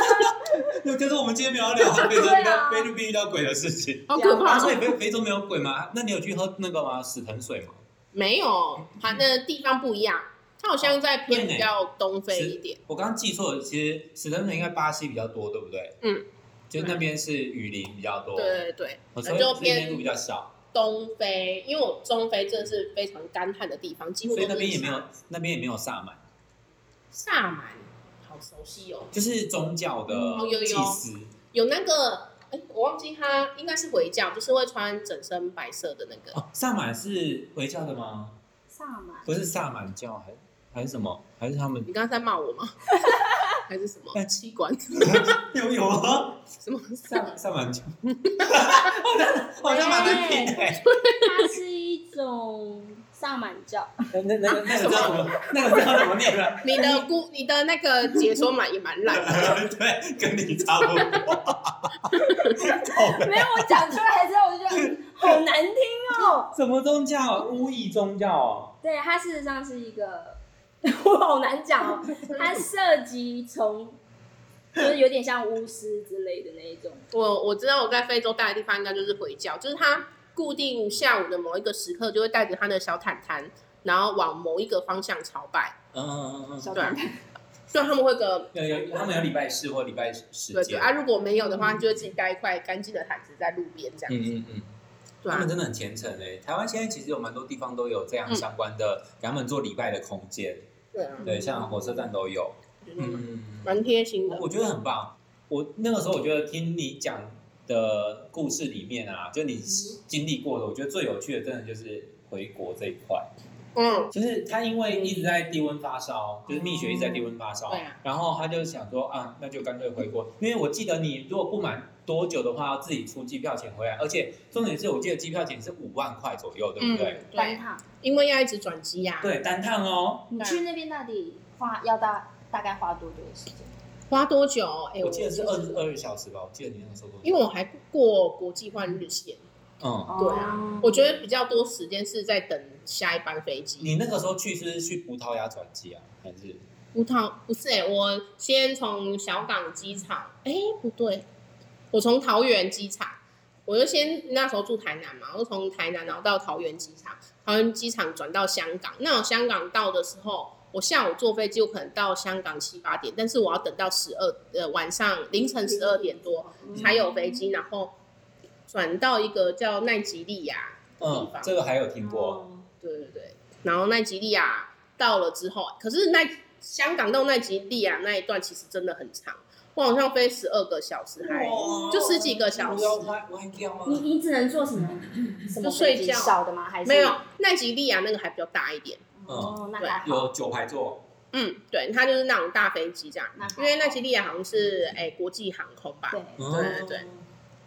Speaker 1: *laughs* 那可是我们今天没有要聊非洲
Speaker 3: 对啊
Speaker 1: 遇到菲律宾遇到鬼的事情。
Speaker 2: 好可
Speaker 1: 啊，
Speaker 2: 怕！
Speaker 1: 所以非非洲没有鬼吗？那你有去喝那个吗？死藤水吗？
Speaker 2: 没有，它的地方不一样，它好像在偏比较东非一点。
Speaker 1: 我刚刚记错了，其实死藤水应该巴西比较多，对不对？
Speaker 2: 嗯，
Speaker 1: 就那边是雨林比较多，哦
Speaker 2: 对，对对，
Speaker 1: 所以
Speaker 2: 就
Speaker 1: 知名
Speaker 2: 偏
Speaker 1: 度比较少。
Speaker 2: 东非，因为我中非真的是非常干旱的地方，几乎
Speaker 1: 所以
Speaker 2: 都是
Speaker 1: 那边也没有，那边也没有萨满，
Speaker 2: 萨满，好熟悉哦，
Speaker 1: 就是宗教的
Speaker 2: 嗯有有有
Speaker 1: 祭司，
Speaker 2: 有那个。哎，我忘记他应该是回教，就是会穿整身白色的那个，
Speaker 1: 哦，萨满是回教的吗？
Speaker 3: 萨满，
Speaker 1: 不是萨满教，还还是什么？还是他们
Speaker 2: 你刚刚在骂我吗？ *laughs* 还是什么
Speaker 1: 哎
Speaker 2: 气管？ *laughs*
Speaker 1: 有有啊？
Speaker 2: 什么萨？
Speaker 1: 萨萨满
Speaker 2: *laughs*
Speaker 1: 教， *laughs* 哦好像好像蛮正品的欸。
Speaker 4: 它是一种萨满教，
Speaker 1: 那呃那那个那个知道怎啊么， *laughs* 那个知道怎么念了？
Speaker 2: 你的估你的那个解说蛮也蛮烂
Speaker 1: *laughs*
Speaker 2: 的，
Speaker 1: 对，跟你差不多。靠北
Speaker 3: 没有我讲出来之后，我就觉
Speaker 2: *laughs*
Speaker 3: 得嗯好难听哦。
Speaker 1: *laughs* 什么宗教？巫裔宗教哦。
Speaker 4: 对，它事实上是一个， *laughs* 我好难讲哦，它涉及从，就是有点像巫师之类的那一种。
Speaker 2: 我我知道我在非洲待的地方应该就是回教，就是他固定下午的某一个时刻就会带着他的小毯毯，然后往某一个方向朝拜。
Speaker 1: 嗯嗯嗯嗯。
Speaker 3: 小短
Speaker 2: 虽啊然他们会个
Speaker 1: 有有，他们有礼拜四或礼拜时
Speaker 2: 对对
Speaker 1: 间。
Speaker 2: 啊，如果没有的话，你就会自己带一块干净的毯子在路边这样
Speaker 1: 嗯
Speaker 2: 子，
Speaker 1: 嗯嗯。
Speaker 2: 对
Speaker 1: 他
Speaker 2: 啊
Speaker 1: 们，真的很虔诚哎、台湾现在其实有蛮多地方都有这样
Speaker 2: 嗯
Speaker 1: 相关的，给他们做礼拜的空间，
Speaker 2: 对啊，
Speaker 1: 对，像火车站都有。
Speaker 2: 觉得蛮
Speaker 1: 嗯，
Speaker 2: 蛮贴心的
Speaker 1: 我。觉得很棒。我那个时候我觉得听你讲的故事里面啊，就你经历过的，我觉得最有趣的，真的就是回国这一块。
Speaker 2: 嗯，
Speaker 1: 就是他因为一直在低温发烧，就是蜜雪一直在低温发烧，
Speaker 2: 对啊
Speaker 1: 然后他就想说啊，那就干脆回国，因为我记得你如果不满多久的话，要自己出机票钱回来，而且重点是我记得机票钱是五万块左右，对不对？
Speaker 2: 嗯，
Speaker 4: 单
Speaker 2: 对，
Speaker 4: 趟，
Speaker 2: 因为要一直转机啊呀，
Speaker 1: 对，单趟哦，
Speaker 3: 你去那边到底花要大大概花多久的时间？
Speaker 2: 花多久？哎，
Speaker 1: 我记得是
Speaker 2: 就
Speaker 1: 二十，二小时吧，我记得你那个时候跟我
Speaker 2: 因为我还过国际换日线，
Speaker 1: 嗯，
Speaker 2: 对啊，我觉得比较多时间是在等下一班飞机。
Speaker 1: 你那个时候去是不是去葡萄牙转机啊，还是
Speaker 2: 葡萄不是哎、我先从小港机场，哎、不对，我从桃园机场，我就先那时候住台南嘛，我就从台南然后到桃园机场，桃园机场转到香港。那我香港到的时候，我下午坐飞机，我可能到香港七八点，但是我要等到十二呃晚上凌晨十二点多
Speaker 3: 嗯
Speaker 2: 才有飞机，然后转到一个叫奈及利亚的地
Speaker 1: 嗯
Speaker 2: 方，，
Speaker 1: 这个还有听过，
Speaker 3: 哦
Speaker 2: 对对对，然后奈及利亚到了之后，可是奈香港到奈及利亚那一段其实真的很长，我好像飞十二个小时还
Speaker 1: 哇
Speaker 2: 就十几个小
Speaker 1: 我
Speaker 2: 时，嗯
Speaker 1: 要歪歪掉啊
Speaker 4: 你你只能做什么？
Speaker 3: 什
Speaker 2: 就
Speaker 3: 么
Speaker 2: 睡
Speaker 3: 飞机
Speaker 2: 觉
Speaker 3: 少的吗？还是
Speaker 2: 没有？奈及利亚那个还比较大一点，
Speaker 3: 哦，那
Speaker 2: 对
Speaker 3: 还好，
Speaker 1: 嗯有九排座，
Speaker 2: 嗯，对，它就是那种大飞机这样，
Speaker 3: 那还好
Speaker 2: 因为奈及利亚好像是哎、国际航空吧，
Speaker 3: 对，
Speaker 2: 对对对，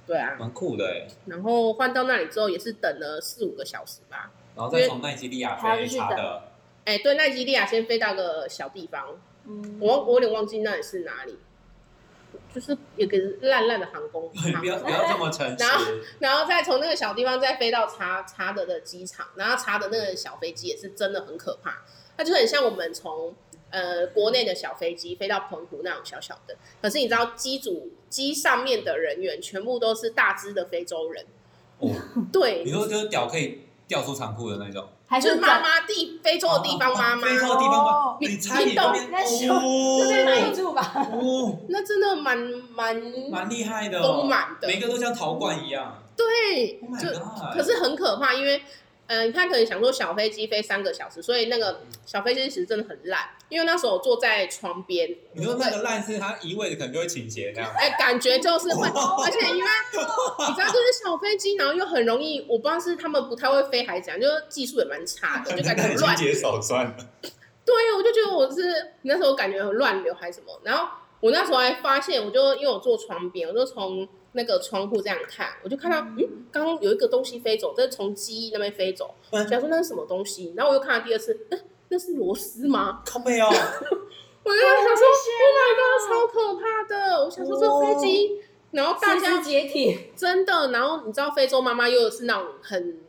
Speaker 2: 对啊，
Speaker 1: 嗯蛮酷的哎、
Speaker 2: 然后换到那里之后也是等了四五个小时吧，
Speaker 1: 然后再从奈及利亚
Speaker 3: 还要
Speaker 1: 飞
Speaker 3: 继续
Speaker 1: 查
Speaker 3: 等
Speaker 1: 的，
Speaker 2: 哎、对，奈及利亚先飞到个小地方，
Speaker 3: 嗯
Speaker 2: 我我有点忘记那里是哪里，就是有个烂烂的航空
Speaker 1: 不要不要这么诚
Speaker 2: 然后
Speaker 1: 实。
Speaker 2: 然后再从那个小地方再飞到查查德的机场，然后查德那个小飞机也是真的很可怕，它就很像我们从呃国内的小飞机飞到澎湖那种小小的，可是你知道机组机上面的人员全部都是大只的非洲人，
Speaker 1: 哦，你
Speaker 2: 对，
Speaker 1: 说就是屌可以掉出长裤的那种，
Speaker 3: 还
Speaker 2: 就是是妈妈地非洲的地方妈妈，
Speaker 1: 非洲的地方吗
Speaker 3: 哦？
Speaker 1: 你差点
Speaker 2: 你
Speaker 1: 那
Speaker 2: 懂
Speaker 1: 边
Speaker 3: 那是这边耐
Speaker 1: 哦，
Speaker 3: 住吧？
Speaker 1: 哦，
Speaker 2: 那真的蛮蛮
Speaker 1: 蛮厉害的，哦
Speaker 2: 丰满的，
Speaker 1: 每个都像陶罐一样。
Speaker 2: 对
Speaker 1: Oh，my
Speaker 2: 就
Speaker 1: god！
Speaker 2: 可是很可怕，因为，嗯、他可能想说小飞机飞三个小时，所以那个小飞机其实真的很烂。因为那时候我坐在窗边，
Speaker 1: 你说那个烂是它移位的，可能就会倾斜那样。
Speaker 2: 哎、感觉就是会，而且因为你知道，就是小飞机，然后又很容易，我不知道是他们不太会飞还是怎样，就是技术也蛮差的，就感觉
Speaker 1: *laughs*
Speaker 2: 很乱。
Speaker 1: 节手
Speaker 2: *laughs*
Speaker 1: 酸了。
Speaker 2: 对，啊我就觉得我是那时候感觉很乱流还是什么，然后我那时候还发现，我就因为我坐窗边，我就从那个窗户这样看，我就看到，嗯，刚刚有一个东西飞走，这是从机翼那边飞走，
Speaker 1: 嗯
Speaker 2: 想说那是什么东西，然后我又看了第二次，嗯，那是螺丝吗？
Speaker 1: 靠背哦，
Speaker 2: 我就想说，Oh my god，超可怕的！我想说这飞机，然后大
Speaker 3: 大
Speaker 2: 家
Speaker 3: 家解
Speaker 2: *laughs*
Speaker 3: 体，
Speaker 2: 真的，然后你知道非洲妈妈又是那种很，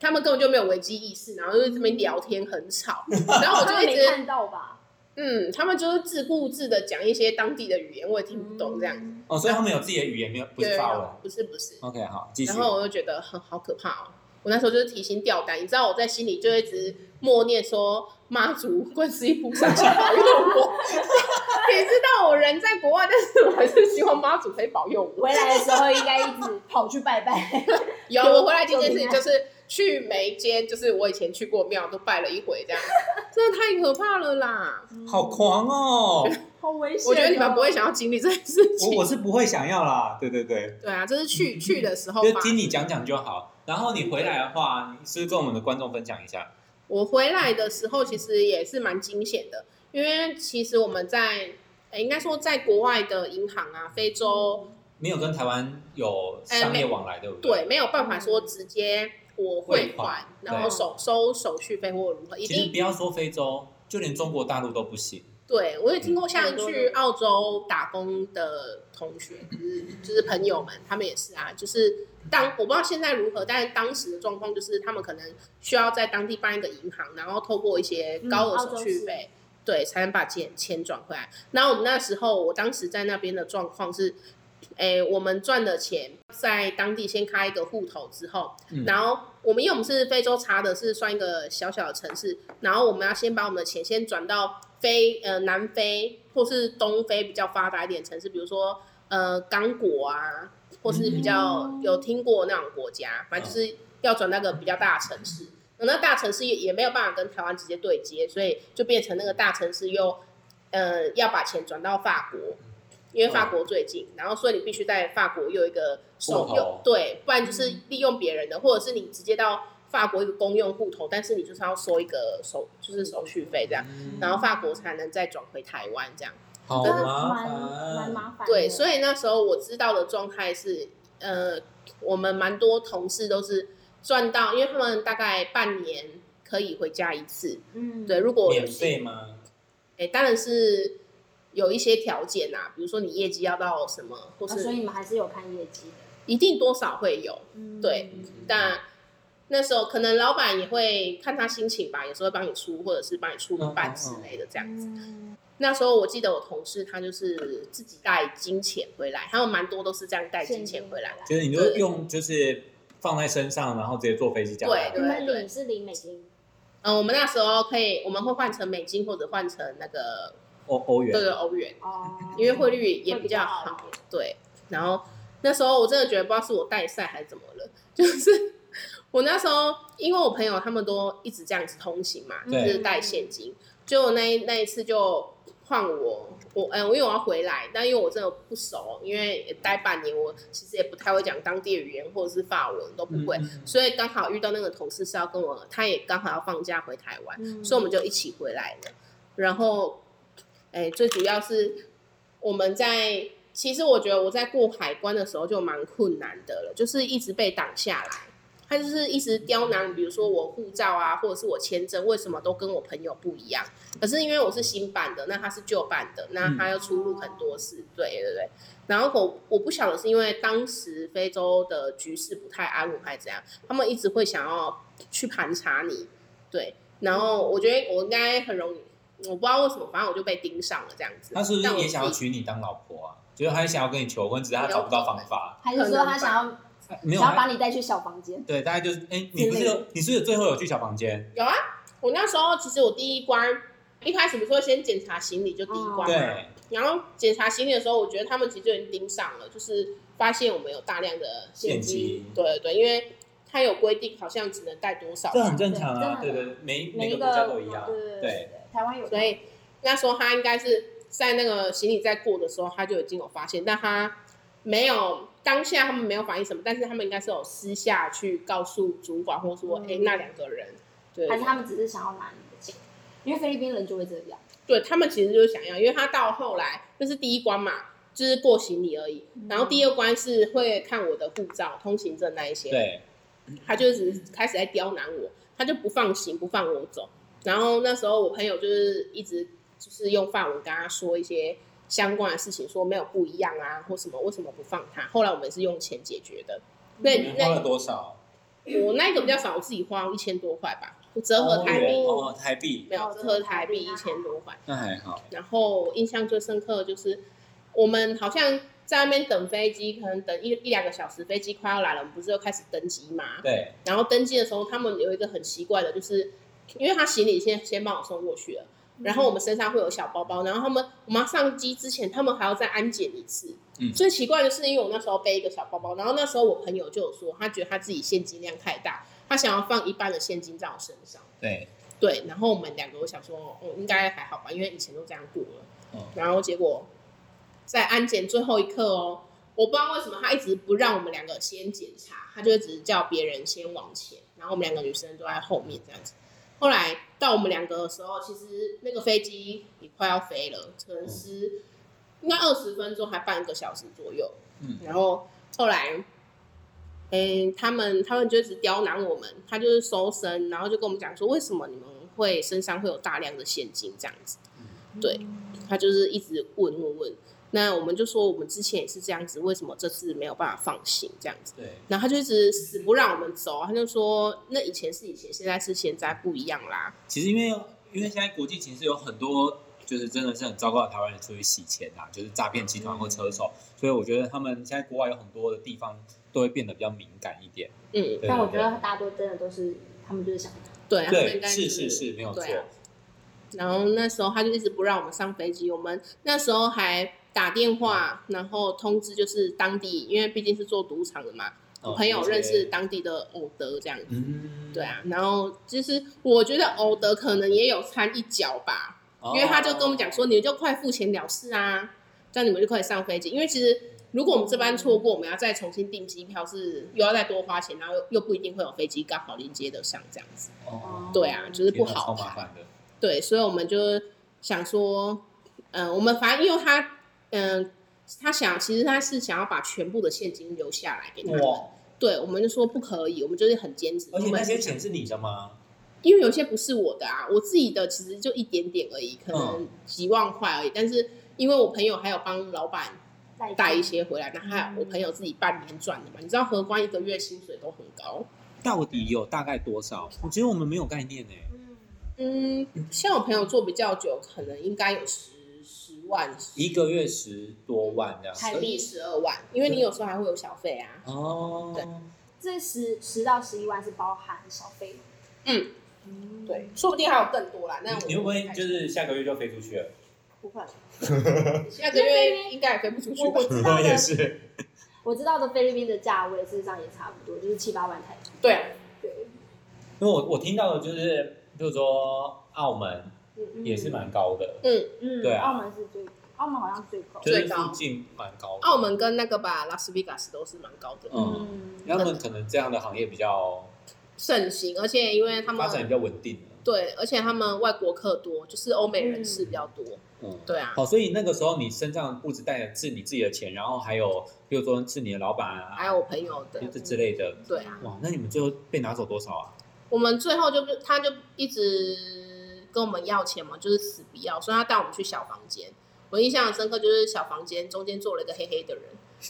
Speaker 2: 他们根本就没有危机意识，然后就在这边聊天很吵，然后我就一
Speaker 3: 没
Speaker 2: 直
Speaker 3: 看到吧？
Speaker 2: 嗯，他们就是自顾自的讲一些当地的语言，我也听不懂这样子。
Speaker 3: 子，
Speaker 1: 哦，所以他们有自己的语言，没有不
Speaker 2: 对啊
Speaker 1: 是法文。
Speaker 2: 不是不是。
Speaker 1: OK，好，继续
Speaker 2: 然。后我就觉得很好可怕哦，我那时候就是提心吊胆，你知道我在心里就一直默念说妈祖观世音菩萨请保佑我。 *laughs* 你知道我人在国外，但是我还是希望妈祖可以保佑我。
Speaker 4: 回来的时候应该一直跑去拜拜。
Speaker 2: *laughs* 有我回来第一件事情就是去每一间，就是我以前去过庙都拜了一回，这样真的太可怕了啦！
Speaker 1: 好狂哦！
Speaker 4: 好危险哦！
Speaker 2: 我觉得你们不会想要经历这件事
Speaker 1: 我
Speaker 2: 情
Speaker 1: 我。是不会想要啦，对对对，
Speaker 2: 对啊，这是去去的时候
Speaker 1: 就
Speaker 2: 吧。
Speaker 1: 听你讲讲就好。然后你回来的话，你是不是跟我们的观众分享一下？
Speaker 2: 我回来的时候其实也是蛮惊险的，因为其实我们在，呃应该说在国外的银行啊，非洲
Speaker 1: 没有跟台湾有商业往来，对不
Speaker 2: 对？没有办法说直接我汇
Speaker 1: 汇款
Speaker 2: 款，然
Speaker 1: 对
Speaker 2: 后手收手续费或如何，一
Speaker 1: 其实
Speaker 2: 定
Speaker 1: 不要说非洲，就连中国大陆都不行。
Speaker 2: 对我也听过
Speaker 4: 很
Speaker 2: 像
Speaker 4: 嗯多
Speaker 2: 去澳洲打工的同学，就是就是朋友们，他们也是啊，就是当我不知道现在如何，但是当时的状况就是他们可能需要在当地办一个银行，然后透过一些高额
Speaker 4: 嗯澳洲
Speaker 2: 手续
Speaker 4: 是
Speaker 2: 费。对，才能把钱钱转回来。然后我们那时候，我当时在那边的状况是，诶，我们赚的钱在当地先开一个户头之后，
Speaker 1: 嗯
Speaker 2: 然后我们因为我们是非洲查的是算一个小小的城市，然后我们要先把我们的钱先转到非呃南非或是东非比较发达一点的城市，比如说呃刚果啊，或是比较
Speaker 4: 嗯
Speaker 2: 有听过那种国家，反正就是要转那个比较大的城市。那大城市也也没有办法跟台湾直接对接，所以就变成那个大城市又呃要把钱转到法国，因为法国最近，然后所以你必须在法国有一个手
Speaker 1: 户头
Speaker 2: 用对，不然就是利用别人的，或者是你直接到法国一个公用户头，但是你就是要收一个手就是手续费这样，
Speaker 4: 嗯
Speaker 2: 然后法国才能再转回台湾这样。
Speaker 1: 好
Speaker 4: 真的
Speaker 1: 麻
Speaker 4: 蛮蛮
Speaker 1: 烦，
Speaker 4: 麻烦的。
Speaker 2: 对，所
Speaker 4: 以
Speaker 2: 以那时候我知道的状态是，呃，我们蛮多同事都是赚到，因为他们大概半年可以回家一次。
Speaker 4: 嗯，
Speaker 2: 对，如果有
Speaker 1: 免费吗？
Speaker 2: 哎，当然是有一些条件啊，比如说你业绩要到什么，或
Speaker 4: 啊所以
Speaker 2: 是
Speaker 4: 你们还是有看业绩的。
Speaker 2: 一定多少会有。
Speaker 4: 嗯
Speaker 2: 对但那时候可能老板也会看他心情吧，有时候会帮你出，或者是帮你出个
Speaker 1: 嗯嗯
Speaker 2: 办
Speaker 1: 嗯
Speaker 2: 之类的这样子。
Speaker 4: 嗯
Speaker 2: 那时候我记得我同事他就是自己带金钱回来，他们蛮多都是这样带金钱回来。，
Speaker 1: 就是你就用就是放在身上，然后直接坐飞机这样来。
Speaker 2: 对
Speaker 4: 你
Speaker 2: 对
Speaker 4: 们领是领美金，
Speaker 2: 嗯，我们那时候可以，我们会换成美金或者换成那个
Speaker 1: 欧欧
Speaker 2: 这
Speaker 1: 元。
Speaker 2: 个欧元，
Speaker 4: 哦，
Speaker 2: 因为汇率也
Speaker 4: 会
Speaker 2: 比较
Speaker 4: 好
Speaker 2: 好
Speaker 4: 一。点。
Speaker 2: 对，然后那时候我真的觉得不知道是我带赛还是怎么了，就是 *laughs* 我那时候因为我朋友他们都一直这样子通行嘛，就
Speaker 1: 对
Speaker 2: 是带现金，就那一那一次就换我。我嗯，因为我要回来，但因为我真的不熟，因为也待半年，我其实也不太会讲当地语言或者是法文都不会，
Speaker 1: 嗯嗯嗯
Speaker 2: 所以刚好遇到那个同事是要跟我，他也刚好要放假回台湾，
Speaker 4: 嗯
Speaker 2: 所以我们就一起回来了。然后，哎，最主要是我们在，其实我觉得我在过海关的时候就蛮困难的了，就是一直被挡下来。他就是一直刁难，比如说我护照啊，或者是我签证，为什么都跟我朋友不一样？可是因为我是新办的，那他是旧办的，那他要出入很多事，对对对。然后我我不晓得是因为当时非洲的局势不太安稳还是怎样，他们一直会想要去盘查你，对。然后我觉得我应该很容易，我不知道为什么，反正我就被盯上了这样子。
Speaker 1: 他是不
Speaker 2: 但
Speaker 1: 是
Speaker 2: 我
Speaker 1: 也想要
Speaker 2: 自己
Speaker 1: 娶你当老婆啊？就是他也想要跟你求婚，只是他找不到方法，哎
Speaker 3: 还是说他想要
Speaker 1: 没有啊
Speaker 3: 想要
Speaker 1: 他
Speaker 3: 把你带去小房间？
Speaker 1: 对，大概就是哎，你不是有你是不是最后有去小房间？
Speaker 2: 有啊？我那时候其实我第一关一开始不是会先检查行李，就第一关嘛。
Speaker 1: 对，
Speaker 2: 然后检查行李的时候，我觉得他们其实就已经盯上了，就是发现我们有大量的
Speaker 1: 现
Speaker 2: 金
Speaker 1: 金。
Speaker 2: 对对对，因为他有规定，好像只能带多少
Speaker 1: 这
Speaker 2: 吧，
Speaker 1: 很正常啊，
Speaker 4: 对
Speaker 1: 对
Speaker 4: 真
Speaker 1: 对，
Speaker 4: 的
Speaker 1: 对每
Speaker 4: 每
Speaker 1: 每
Speaker 4: 一
Speaker 1: 个
Speaker 4: 个
Speaker 1: 国家都一样，
Speaker 4: 对
Speaker 1: 对，
Speaker 3: 台湾有
Speaker 2: 所以那时候他应该是在那个行李在过的时候，他就已经有发现，但他没有当下他们没有反应什么，但是他们应该是有私下去告诉主管或说，
Speaker 4: 嗯
Speaker 2: 哎、那两个人，对，
Speaker 4: 还是他们只是想要拿你的钱？
Speaker 3: 因为菲律宾人就会这样，
Speaker 2: 对他们其实就是想要，因为他到后来这是第一关嘛，就是过行李而已。
Speaker 4: 嗯
Speaker 2: 然后第二关是会看我的护照、通行证那一些。
Speaker 1: 对，
Speaker 2: 他就只是开始在刁难我，他就不放行，不放我走。然后那时候我朋友就是一直就是用法文跟他说一些相关的事情，说没有不一样啊，或什么为什么不放他。后来我们是用钱解决的。那
Speaker 1: 你们花了
Speaker 2: 那
Speaker 1: 多少？
Speaker 2: 我那个比较少，我自己花一千多块吧，我折合台币、
Speaker 1: 哦，台币，
Speaker 2: 没有折合台币一千多块。
Speaker 1: 那还好，
Speaker 2: 然后印象最深刻的就是我们好像在那边等飞机，可能等一一两个小时，飞机快要来了，我们不是就开始登机嘛？
Speaker 1: 对，
Speaker 2: 然后登机的时候，他们有一个很奇怪的，就是因为他行李先先帮我送过去了，然后我们身上会有小包包，然后他们我们要上机之前，他们还要再安检一次。
Speaker 1: 嗯
Speaker 2: 最奇怪的是，因为我那时候背一个小包包，然后那时候我朋友就有说，他觉得他自己现金量太大，他想要放一半的现金在我身上。
Speaker 1: 对，
Speaker 2: 对，然后我们两个我想说，哦，应该还好吧，因为以前都这样过了。
Speaker 1: 嗯
Speaker 2: 然后结果在安检最后一刻哦，我不知道为什么他一直不让我们两个先检查，他就只是叫别人先往前，然后我们两个女生都在后面这样子。后来到我们两个的时候，其实那个飞机也快要飞了，
Speaker 1: 嗯
Speaker 2: 可能是应该二十分钟还半个小时左右。
Speaker 1: 嗯
Speaker 2: 然后后来，嗯，他们他们就一直刁难我们，他就是搜身，然后就跟我们讲说，为什么你们会身上会有大量的现金这样子？
Speaker 1: 嗯
Speaker 2: 对，他就是一直问问问。那我们就说，我们之前也是这样子，为什么这次没有办法放行这样子？
Speaker 1: 对，
Speaker 2: 然后他就一直死不让我们走，啊他就说，那以前是以前，现在是现在不一样啦。
Speaker 1: 其实因为因为现在国际情势有很多，就是真的是很糟糕的台湾人出去洗钱啊，就是诈骗集团或车手，
Speaker 2: 嗯
Speaker 1: 所以我觉得他们现在国外有很多的地方都会变得比较敏感一点。
Speaker 2: 嗯，
Speaker 1: 对
Speaker 4: 但我
Speaker 1: 对
Speaker 4: 觉得大多真的都是他们就是想
Speaker 2: 对，他们应
Speaker 1: 对，
Speaker 2: 该
Speaker 1: 是是是，没有错
Speaker 2: 对。啊然后那时候他就一直不让我们上飞机，我们那时候还打电话，
Speaker 1: 嗯
Speaker 2: 然后通知就是当地，因为毕竟是做赌场的嘛，
Speaker 1: 嗯
Speaker 2: 我朋友
Speaker 1: 有些
Speaker 2: 认识当地的偶德这样子，
Speaker 1: 嗯，
Speaker 2: 对啊，然后其实我觉得偶德可能也有掺一脚吧，
Speaker 1: 哦，
Speaker 2: 因为他就跟我们讲说，你就快付钱了事啊，这样你们就可以上飞机，因为其实。如果我们这班错过，我们要再重新订机票，是又要再多花钱，然后又又不一定会有飞机刚好连接得上这样子。
Speaker 1: 哦，
Speaker 2: 对啊，就是不
Speaker 1: 天哪
Speaker 2: 好
Speaker 1: 超
Speaker 2: 排
Speaker 1: 麻。烦的。
Speaker 2: 对，所以我们就想说，嗯、我们反正因为他，嗯、他想其实他是想要把全部的现金留下来给他们，
Speaker 1: 哇，
Speaker 2: 对，我们就说不可以，我们就是很坚持。
Speaker 1: 而且
Speaker 2: 我们
Speaker 1: 那些钱是你的吗？
Speaker 2: 因为有些不是我的啊，我自己的其实就一点点而已，可能
Speaker 1: 嗯
Speaker 2: 几万块而已，但是。因为我朋友还有帮老板
Speaker 4: 带
Speaker 2: 带一些回来，然后还有我朋友自己半年赚的嘛。你知道荷官一个月薪水都很高，
Speaker 1: 到底有大概多少？我觉得我们没有概念呢。欸
Speaker 4: 嗯，
Speaker 2: 嗯，像我朋友做比较久，可能应该有十十万
Speaker 1: 一个月十多万这样
Speaker 2: 台
Speaker 1: 子。
Speaker 2: 币十二万，因为你有时候还会有小费啊。
Speaker 1: 哦，
Speaker 2: 对
Speaker 4: 这十十到十一万是包含小费，
Speaker 2: 嗯
Speaker 4: 嗯，
Speaker 2: 对，说不定还有更多啦。那我
Speaker 1: 你会不会就是下个月就飞出去了？
Speaker 4: 不会。
Speaker 2: 下个月应该也飞不出去
Speaker 4: 我
Speaker 2: 吧
Speaker 4: 我？知道的，
Speaker 1: 是，
Speaker 4: 我知道的菲律宾的价位事实上也差不多，就是七八万台币。
Speaker 2: 对啊，
Speaker 4: 对，
Speaker 1: *laughs* 因为我我听到的就是，就是说澳门
Speaker 4: 嗯
Speaker 1: 也是蛮高的，
Speaker 4: 嗯，
Speaker 1: 对啊
Speaker 4: 澳门是最，澳门好像最高。
Speaker 1: 就是
Speaker 2: 最高
Speaker 1: 附近蛮高的。
Speaker 2: 澳门跟那个吧，拉斯维加斯都是蛮高的，
Speaker 1: 嗯，他们可能这样的行业比较
Speaker 2: 盛行，而且因为他
Speaker 1: 发展比
Speaker 2: 们
Speaker 1: 较稳定。
Speaker 2: 对，而且他们外国客多，就是欧美人士比较多。
Speaker 1: 嗯，
Speaker 2: 对啊，
Speaker 1: 好，所以那个时候你身上不止带的是你自己的钱，然后还有，比如说是你的老板啊，
Speaker 2: 还有我朋友的，
Speaker 1: 这之类的。
Speaker 2: 对啊，
Speaker 1: 哇，那你们最后被拿走多少啊？
Speaker 2: 我们最后就是他就一直跟我们要钱嘛，就是死不要，所以他带我们去小房间。我印象很深刻，就是小房间中间坐了一个黑黑的人，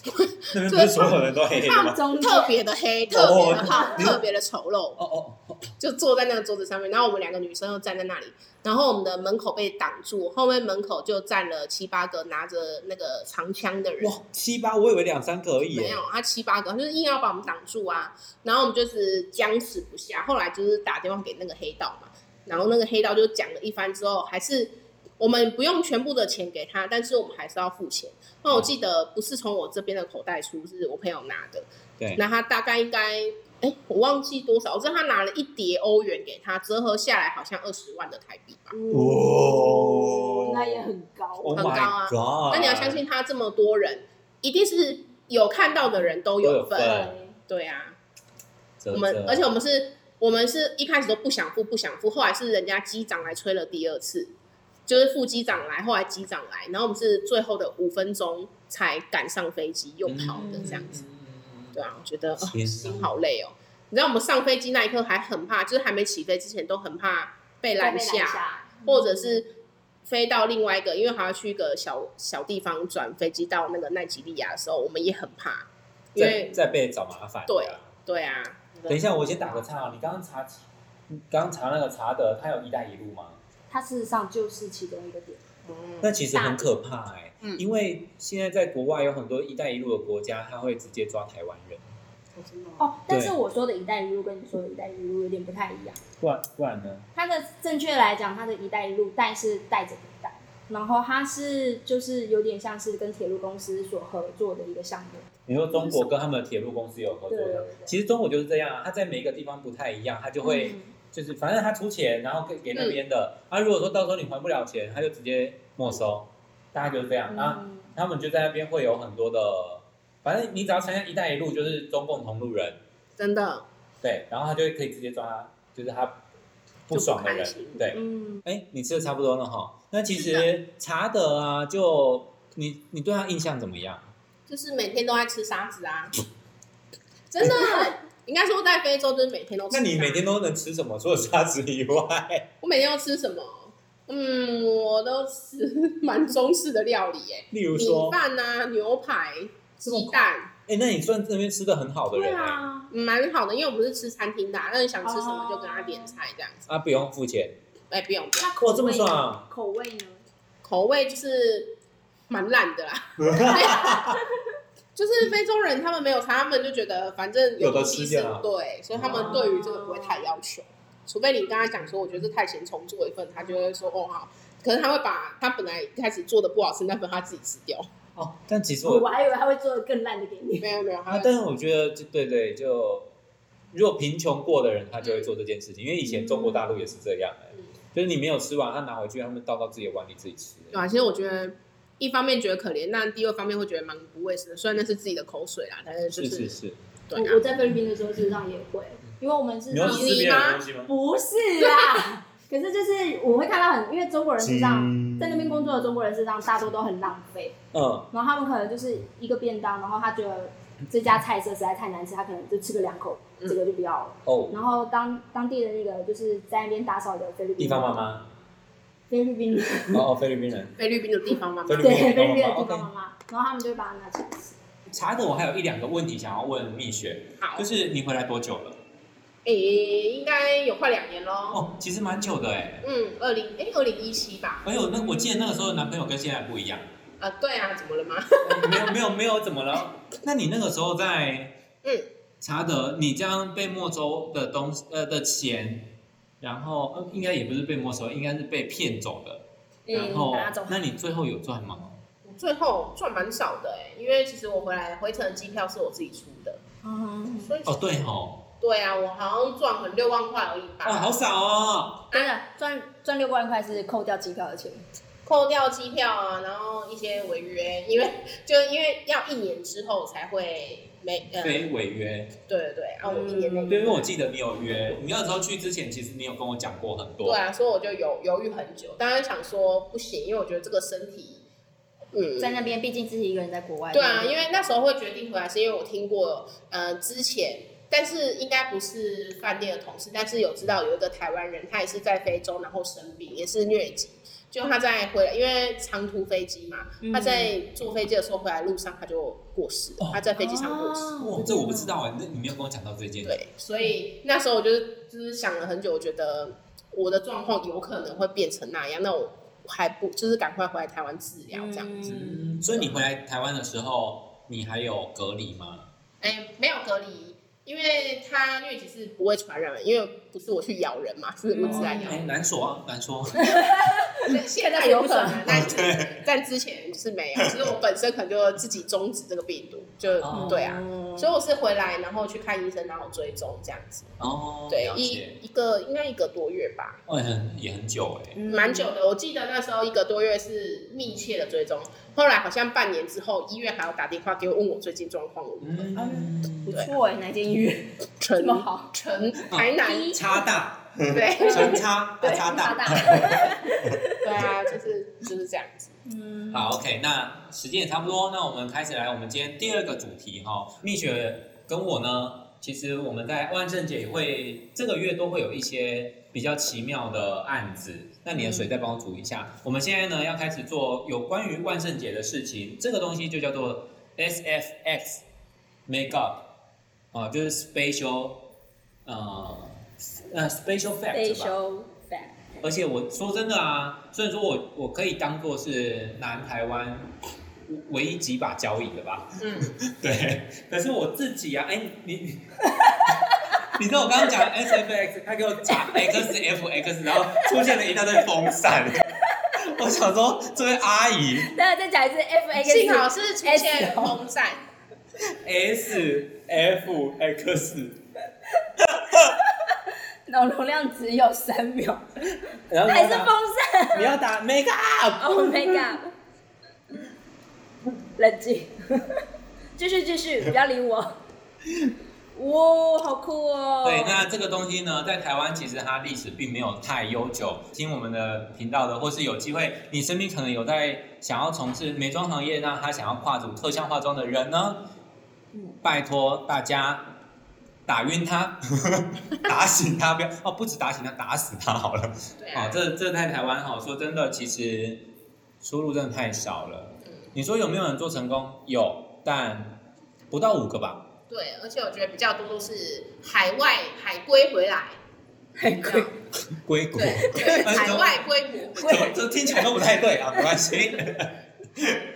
Speaker 1: 那边
Speaker 2: 不是所
Speaker 1: 有人都黑黑
Speaker 4: 看？中间
Speaker 2: 特别的黑，特别的胖，特别的丑陋。
Speaker 1: 哦哦，
Speaker 2: 就坐在那个桌子上面，然后我们两个女生又站在那里，然后我们的门口被挡住，后面门口就站了七八个拿着那个长枪的人，
Speaker 1: 哇，七八，我以为两三个而已耶。
Speaker 2: 没有，他七八个，就是硬要把我们挡住啊，然后我们就是僵持不下，后来就是打电话给那个黑道嘛，然后那个黑道就讲了一番之后，还是我们不用全部的钱给他，但是我们还是要付钱。那我记得不是从我这边的口袋出，是我朋友拿的，
Speaker 1: 对，
Speaker 2: 那他大概应该，哎，我忘记多少，我知道他拿了一叠欧元给他，折合下来好像二十万的台币吧。
Speaker 4: 嗯
Speaker 1: 哇
Speaker 4: 那哦也很高。
Speaker 1: Oh
Speaker 2: 很高啊
Speaker 1: my god！
Speaker 2: 那你要相信他这么多人，一定是有看到的人都有份。
Speaker 1: 都有份
Speaker 4: 对，
Speaker 2: 对啊，
Speaker 1: 啧啧，
Speaker 2: 我们而且我们是，我们是一开始都不想付，不想付，后来是人家机长来催了第二次，就是副机长来，后来机长来，然后我们是最后的五分钟才赶上飞机又
Speaker 1: 嗯
Speaker 2: 跑的这样子。对啊，我觉得、哦、
Speaker 1: 天哪
Speaker 2: 心好累哦。你知道我们上飞机那一刻还很怕，就是还没起飞之前都很怕被拦
Speaker 4: 下，
Speaker 2: 下，嗯或者是飞到另外一个，因为还要去一个小小地方转飞机到那个奈及利亚的时候，我们也很怕，因
Speaker 1: 再
Speaker 2: 为
Speaker 1: 再被找麻烦。
Speaker 2: 对对啊，
Speaker 1: 等一下，我先打个岔啊。你刚刚查，
Speaker 2: 嗯
Speaker 1: 你刚刚查那个查德，他有“一带一路”吗？
Speaker 4: 它事实上就是其中一个点。
Speaker 1: 那其实很可怕哎、
Speaker 2: 嗯
Speaker 1: 因为现在在国外有很多“一带一路”的国家，他会直接抓台湾人。
Speaker 4: 哦，但是
Speaker 1: 对
Speaker 4: 我说的“一带一路”跟你说的“一带一路”有点不太一样。
Speaker 1: 不然不然呢？
Speaker 4: 它的正确来讲，它的“一带一路”带是带着的带，然后它是就是有点像是跟铁路公司所合作的一个项目。
Speaker 1: 你说中国跟他们的铁路公司有合作
Speaker 4: 对
Speaker 1: 的，其实中国就是这样啊，它在每一个地方不太一样，它就会、
Speaker 4: 嗯
Speaker 1: 就是反正他出钱，然后给给那边
Speaker 2: 嗯
Speaker 1: 的。啊，如果说到时候你还不了钱，他就直接没收，大概就是这样、啊。
Speaker 4: 嗯
Speaker 1: 他们就在那边会有很多的，反正你只要参加“一带一路”，就是中共同路人，
Speaker 2: 真的
Speaker 1: 对，然后他就可以直接抓，就是他不爽的
Speaker 2: 就不开
Speaker 1: 人
Speaker 2: 心，
Speaker 1: 对。
Speaker 4: 嗯，
Speaker 1: 哎，你吃的差不多了哈。那其
Speaker 2: 是
Speaker 1: 实查德啊，就你你对他印象怎么样？
Speaker 2: 就是每天都在吃沙子啊，真的。应该说在非洲就是每天都
Speaker 1: 那
Speaker 2: 吃沙子。啊
Speaker 1: 你每天都能吃什么？除了沙子以外，
Speaker 2: 我每天都吃什么？嗯，我都吃 *laughs* 蛮中式的料理耶，
Speaker 1: 例如
Speaker 2: 米
Speaker 1: 说，
Speaker 2: 饭啊、牛排、
Speaker 1: 这么
Speaker 2: 鸡蛋，
Speaker 1: 哎，那你算那边吃的很好的
Speaker 4: 对
Speaker 1: 人哎，
Speaker 4: 啊，
Speaker 2: 嗯蛮好的。因为我们是吃餐厅的啊、那你想吃什么就跟他点菜这样子。
Speaker 1: 啊，不用付钱，哦
Speaker 2: 哎、不用不用，
Speaker 4: 那口
Speaker 1: 哇这么啊
Speaker 4: 味呢
Speaker 1: 爽？
Speaker 4: 口味呢？
Speaker 2: 口味就是蛮烂的啦。
Speaker 1: *laughs*
Speaker 2: *laughs* 就是非洲人他们没有差，他们就觉得反正
Speaker 1: 有的
Speaker 2: 东西
Speaker 1: 吃
Speaker 2: 是
Speaker 1: 就好
Speaker 2: 对，所以他们对于这个不会太要求。除非你跟他讲说，我觉得是太咸虫做一份，他就会说哦好。可是他会把他本来一开始做的不好吃那份他自己吃掉。
Speaker 1: 哦，但其实我
Speaker 4: 我还以为他会做的更烂的给你。
Speaker 2: 没有没有，他
Speaker 1: 啊，但是我觉得就对对，就如果贫穷过的人，他就会做这件事情，因为以前中国大陆也是这样、欸
Speaker 2: 嗯
Speaker 1: 就是你没有吃完，他拿回去，他们倒到自己的碗里自己吃、
Speaker 2: 对啊，其实我觉得一方面觉得可怜，那第二方面会觉得蛮不卫生的。虽然那是自己的口水啦，但是就是
Speaker 1: 是是，
Speaker 2: 对
Speaker 4: 我我
Speaker 2: 啊，
Speaker 4: 在菲律宾的时候，事实上也会，
Speaker 1: 嗯
Speaker 4: 因为我们是
Speaker 1: 你要吃别人的东西吗？
Speaker 4: 不是啦，可是就是我会看到很，因为中国人身上在那边工作的中国人身上大多都很浪费，
Speaker 1: 嗯，
Speaker 4: 然后他们可能就是一个便当，然后他觉得这家菜色实在太难吃，他可能就吃个两口，
Speaker 2: 嗯
Speaker 4: 这个就不要了。
Speaker 1: 哦，
Speaker 4: 然后当当地的那个就是在那边打扫的菲律宾
Speaker 1: 地方妈，妈，
Speaker 4: 菲律宾
Speaker 1: 哦哦，菲律宾人，
Speaker 2: 菲律宾的地方嘛，
Speaker 1: 菲律
Speaker 4: 对
Speaker 1: 宾
Speaker 4: 菲
Speaker 1: 的
Speaker 4: 律宾
Speaker 1: 地
Speaker 4: 的
Speaker 1: 方
Speaker 4: 地
Speaker 1: 妈
Speaker 4: 方
Speaker 1: 妈。
Speaker 4: 妈妈，然后他们就会把它拿去吃。
Speaker 1: 查的我还有一两个问题想要问蜜雪，
Speaker 2: 好
Speaker 1: 就，是你回来多久了？
Speaker 2: 诶，应该有快两年喽。
Speaker 1: 哦，其实蛮久的哎、
Speaker 2: 嗯，二零诶，二零一七吧。
Speaker 1: 哎呦，那我记得那个时候的男朋友跟现在不
Speaker 2: *laughs*
Speaker 1: 一样，哎
Speaker 2: 啊，对啊，怎么了吗？ *laughs*
Speaker 1: 没有没有没有，怎么了？那你那个时候在
Speaker 2: 嗯
Speaker 1: 查德，你这样被没收的东西呃的钱，然后呃应该也不是被没收，应该是被骗走的。
Speaker 2: 嗯
Speaker 1: 然后
Speaker 4: 拿走，
Speaker 1: 那你最后有赚吗？
Speaker 2: *laughs* 最后赚蛮少的诶，因为其实我回来回程的机票是我自己出的，
Speaker 4: 嗯，
Speaker 2: 所以
Speaker 1: 哦，对吼，
Speaker 2: 对啊，我好像赚了六万块而已
Speaker 1: 哇，
Speaker 2: 吧，
Speaker 1: 好少哦。
Speaker 4: 真的赚赚六万块是扣掉机票的钱。
Speaker 2: 扣掉机票啊，然后一些违约，因为 *laughs* 就因为要一年之后才会没呃，对
Speaker 1: 非违约，
Speaker 2: 对对，啊，我一年内
Speaker 1: 嗯对，因为我记得你有约，你那时候去之前，其实你有跟我讲过很多。
Speaker 2: 对啊，所以我就犹犹豫很久，当然想说不行，因为我觉得这个身体，嗯，
Speaker 4: 在那边，毕竟自己一个人在国外。
Speaker 2: 对啊，因为那时候会决定回来，是因为我听过，呃，之前，但是应该不是饭店的同事，但是有知道有一个台湾人，他也是在非洲，然后生病，也是疟疾，就他在回来，因为长途飞机嘛，
Speaker 4: 嗯
Speaker 2: 他在坐飞机的时候回来路上他就过世了，
Speaker 1: 哦
Speaker 2: 他在飞机上过世。
Speaker 4: 哦
Speaker 1: 哇，这我不知道哎，那你没有跟我讲到这件事。
Speaker 2: 对，所以那时候我就是就是想了很久，我觉得我的状况有可能会变成那样，那我还不就是赶快回来台湾治疗这样。
Speaker 4: 子
Speaker 1: 嗯，所以你回来台湾的时候，你还有隔离吗？
Speaker 2: 哎、没有隔离，因为它疟疾是不会传染的，因为不是我去咬人嘛，是蚊子来咬。
Speaker 1: 哎，难说啊，难说。
Speaker 2: 现在有可能，但但之前是没有，其实我本身可能就自己终止这个病毒，就、
Speaker 1: 哦
Speaker 2: 对啊。
Speaker 4: 嗯
Speaker 2: 所以我是回来，然后去看医生，然后追踪这样子。
Speaker 1: *laughs* 哦，
Speaker 2: 对，
Speaker 1: 了解。
Speaker 2: 一一个应该一个多月吧，
Speaker 1: 哦，也很也很久哎、
Speaker 2: 蛮久的。我记得那时候一个多月是密切的追踪，后来好像半年之后，医院还要打电话给我问我最近状况如何。
Speaker 1: 嗯，
Speaker 4: 不错哎，哪间医院这
Speaker 2: 陈
Speaker 4: 么好？
Speaker 2: 陈台南
Speaker 1: 差大，
Speaker 2: 对
Speaker 1: 成差，啊差大。
Speaker 2: 对啊，就是就是这样子。
Speaker 4: 嗯，
Speaker 1: 好，OK，那时间也差不多，那我们开始来我们今天第二个主题哈、蜜雪跟我呢，其实我们在万圣节也会这个月都会有一些比较奇妙的案子。那你的水再帮我煮一下。我们现在呢要开始做有关于万圣节的事情，这个东西就叫做 SFX makeup 啊、就是 special 呃呃 special fact 吧。
Speaker 4: facial fat，
Speaker 1: 而且我说真的啊，虽然说我我可以当做是南台湾唯一几把交椅了吧，
Speaker 2: 嗯，
Speaker 1: *laughs* 对，可是我自己啊，哎、你你。 *laughs* 你知道我刚刚讲 S F X，他给我讲 X F X，然后出现了一大堆风扇， *laughs* 我想说这位阿姨
Speaker 4: 大家再讲一次 F A
Speaker 2: 幸好是出现风扇，
Speaker 1: S F X，
Speaker 4: 脑容量只有三
Speaker 3: *laughs*
Speaker 4: 秒，
Speaker 1: 然
Speaker 3: 哦
Speaker 1: 后你
Speaker 4: 那还
Speaker 1: 要
Speaker 4: 是风
Speaker 1: 打
Speaker 4: 扇。
Speaker 1: 你要打 make up，
Speaker 4: Oh my god！冷静， *laughs* 继续继续，不要理我。哇、好酷哦！
Speaker 1: 对，那这个东西呢，在台湾其实它历史并没有太悠久。听我们的频道的，或是有机会，你身边可能有在想要从事美妆行业，那他想要跨足特效化妆的人呢，
Speaker 2: 嗯
Speaker 1: 拜托大家打晕
Speaker 2: *laughs*
Speaker 1: 他，打醒他，不要哦，不止打醒他，打死他好了。
Speaker 2: 对
Speaker 1: 哦
Speaker 2: 啊，，
Speaker 1: 这这在台湾哈，说真的，其实出路真的太少了。
Speaker 2: 嗯
Speaker 1: 你说有没有人做成功？有，但不到五个吧。
Speaker 2: 对，而且我觉得比较多都是海外海归回来，
Speaker 4: 海龟，
Speaker 1: 归国， *laughs*
Speaker 2: 对，海外归国 *laughs* 回
Speaker 1: 这这听起来都不太对啊，没关系。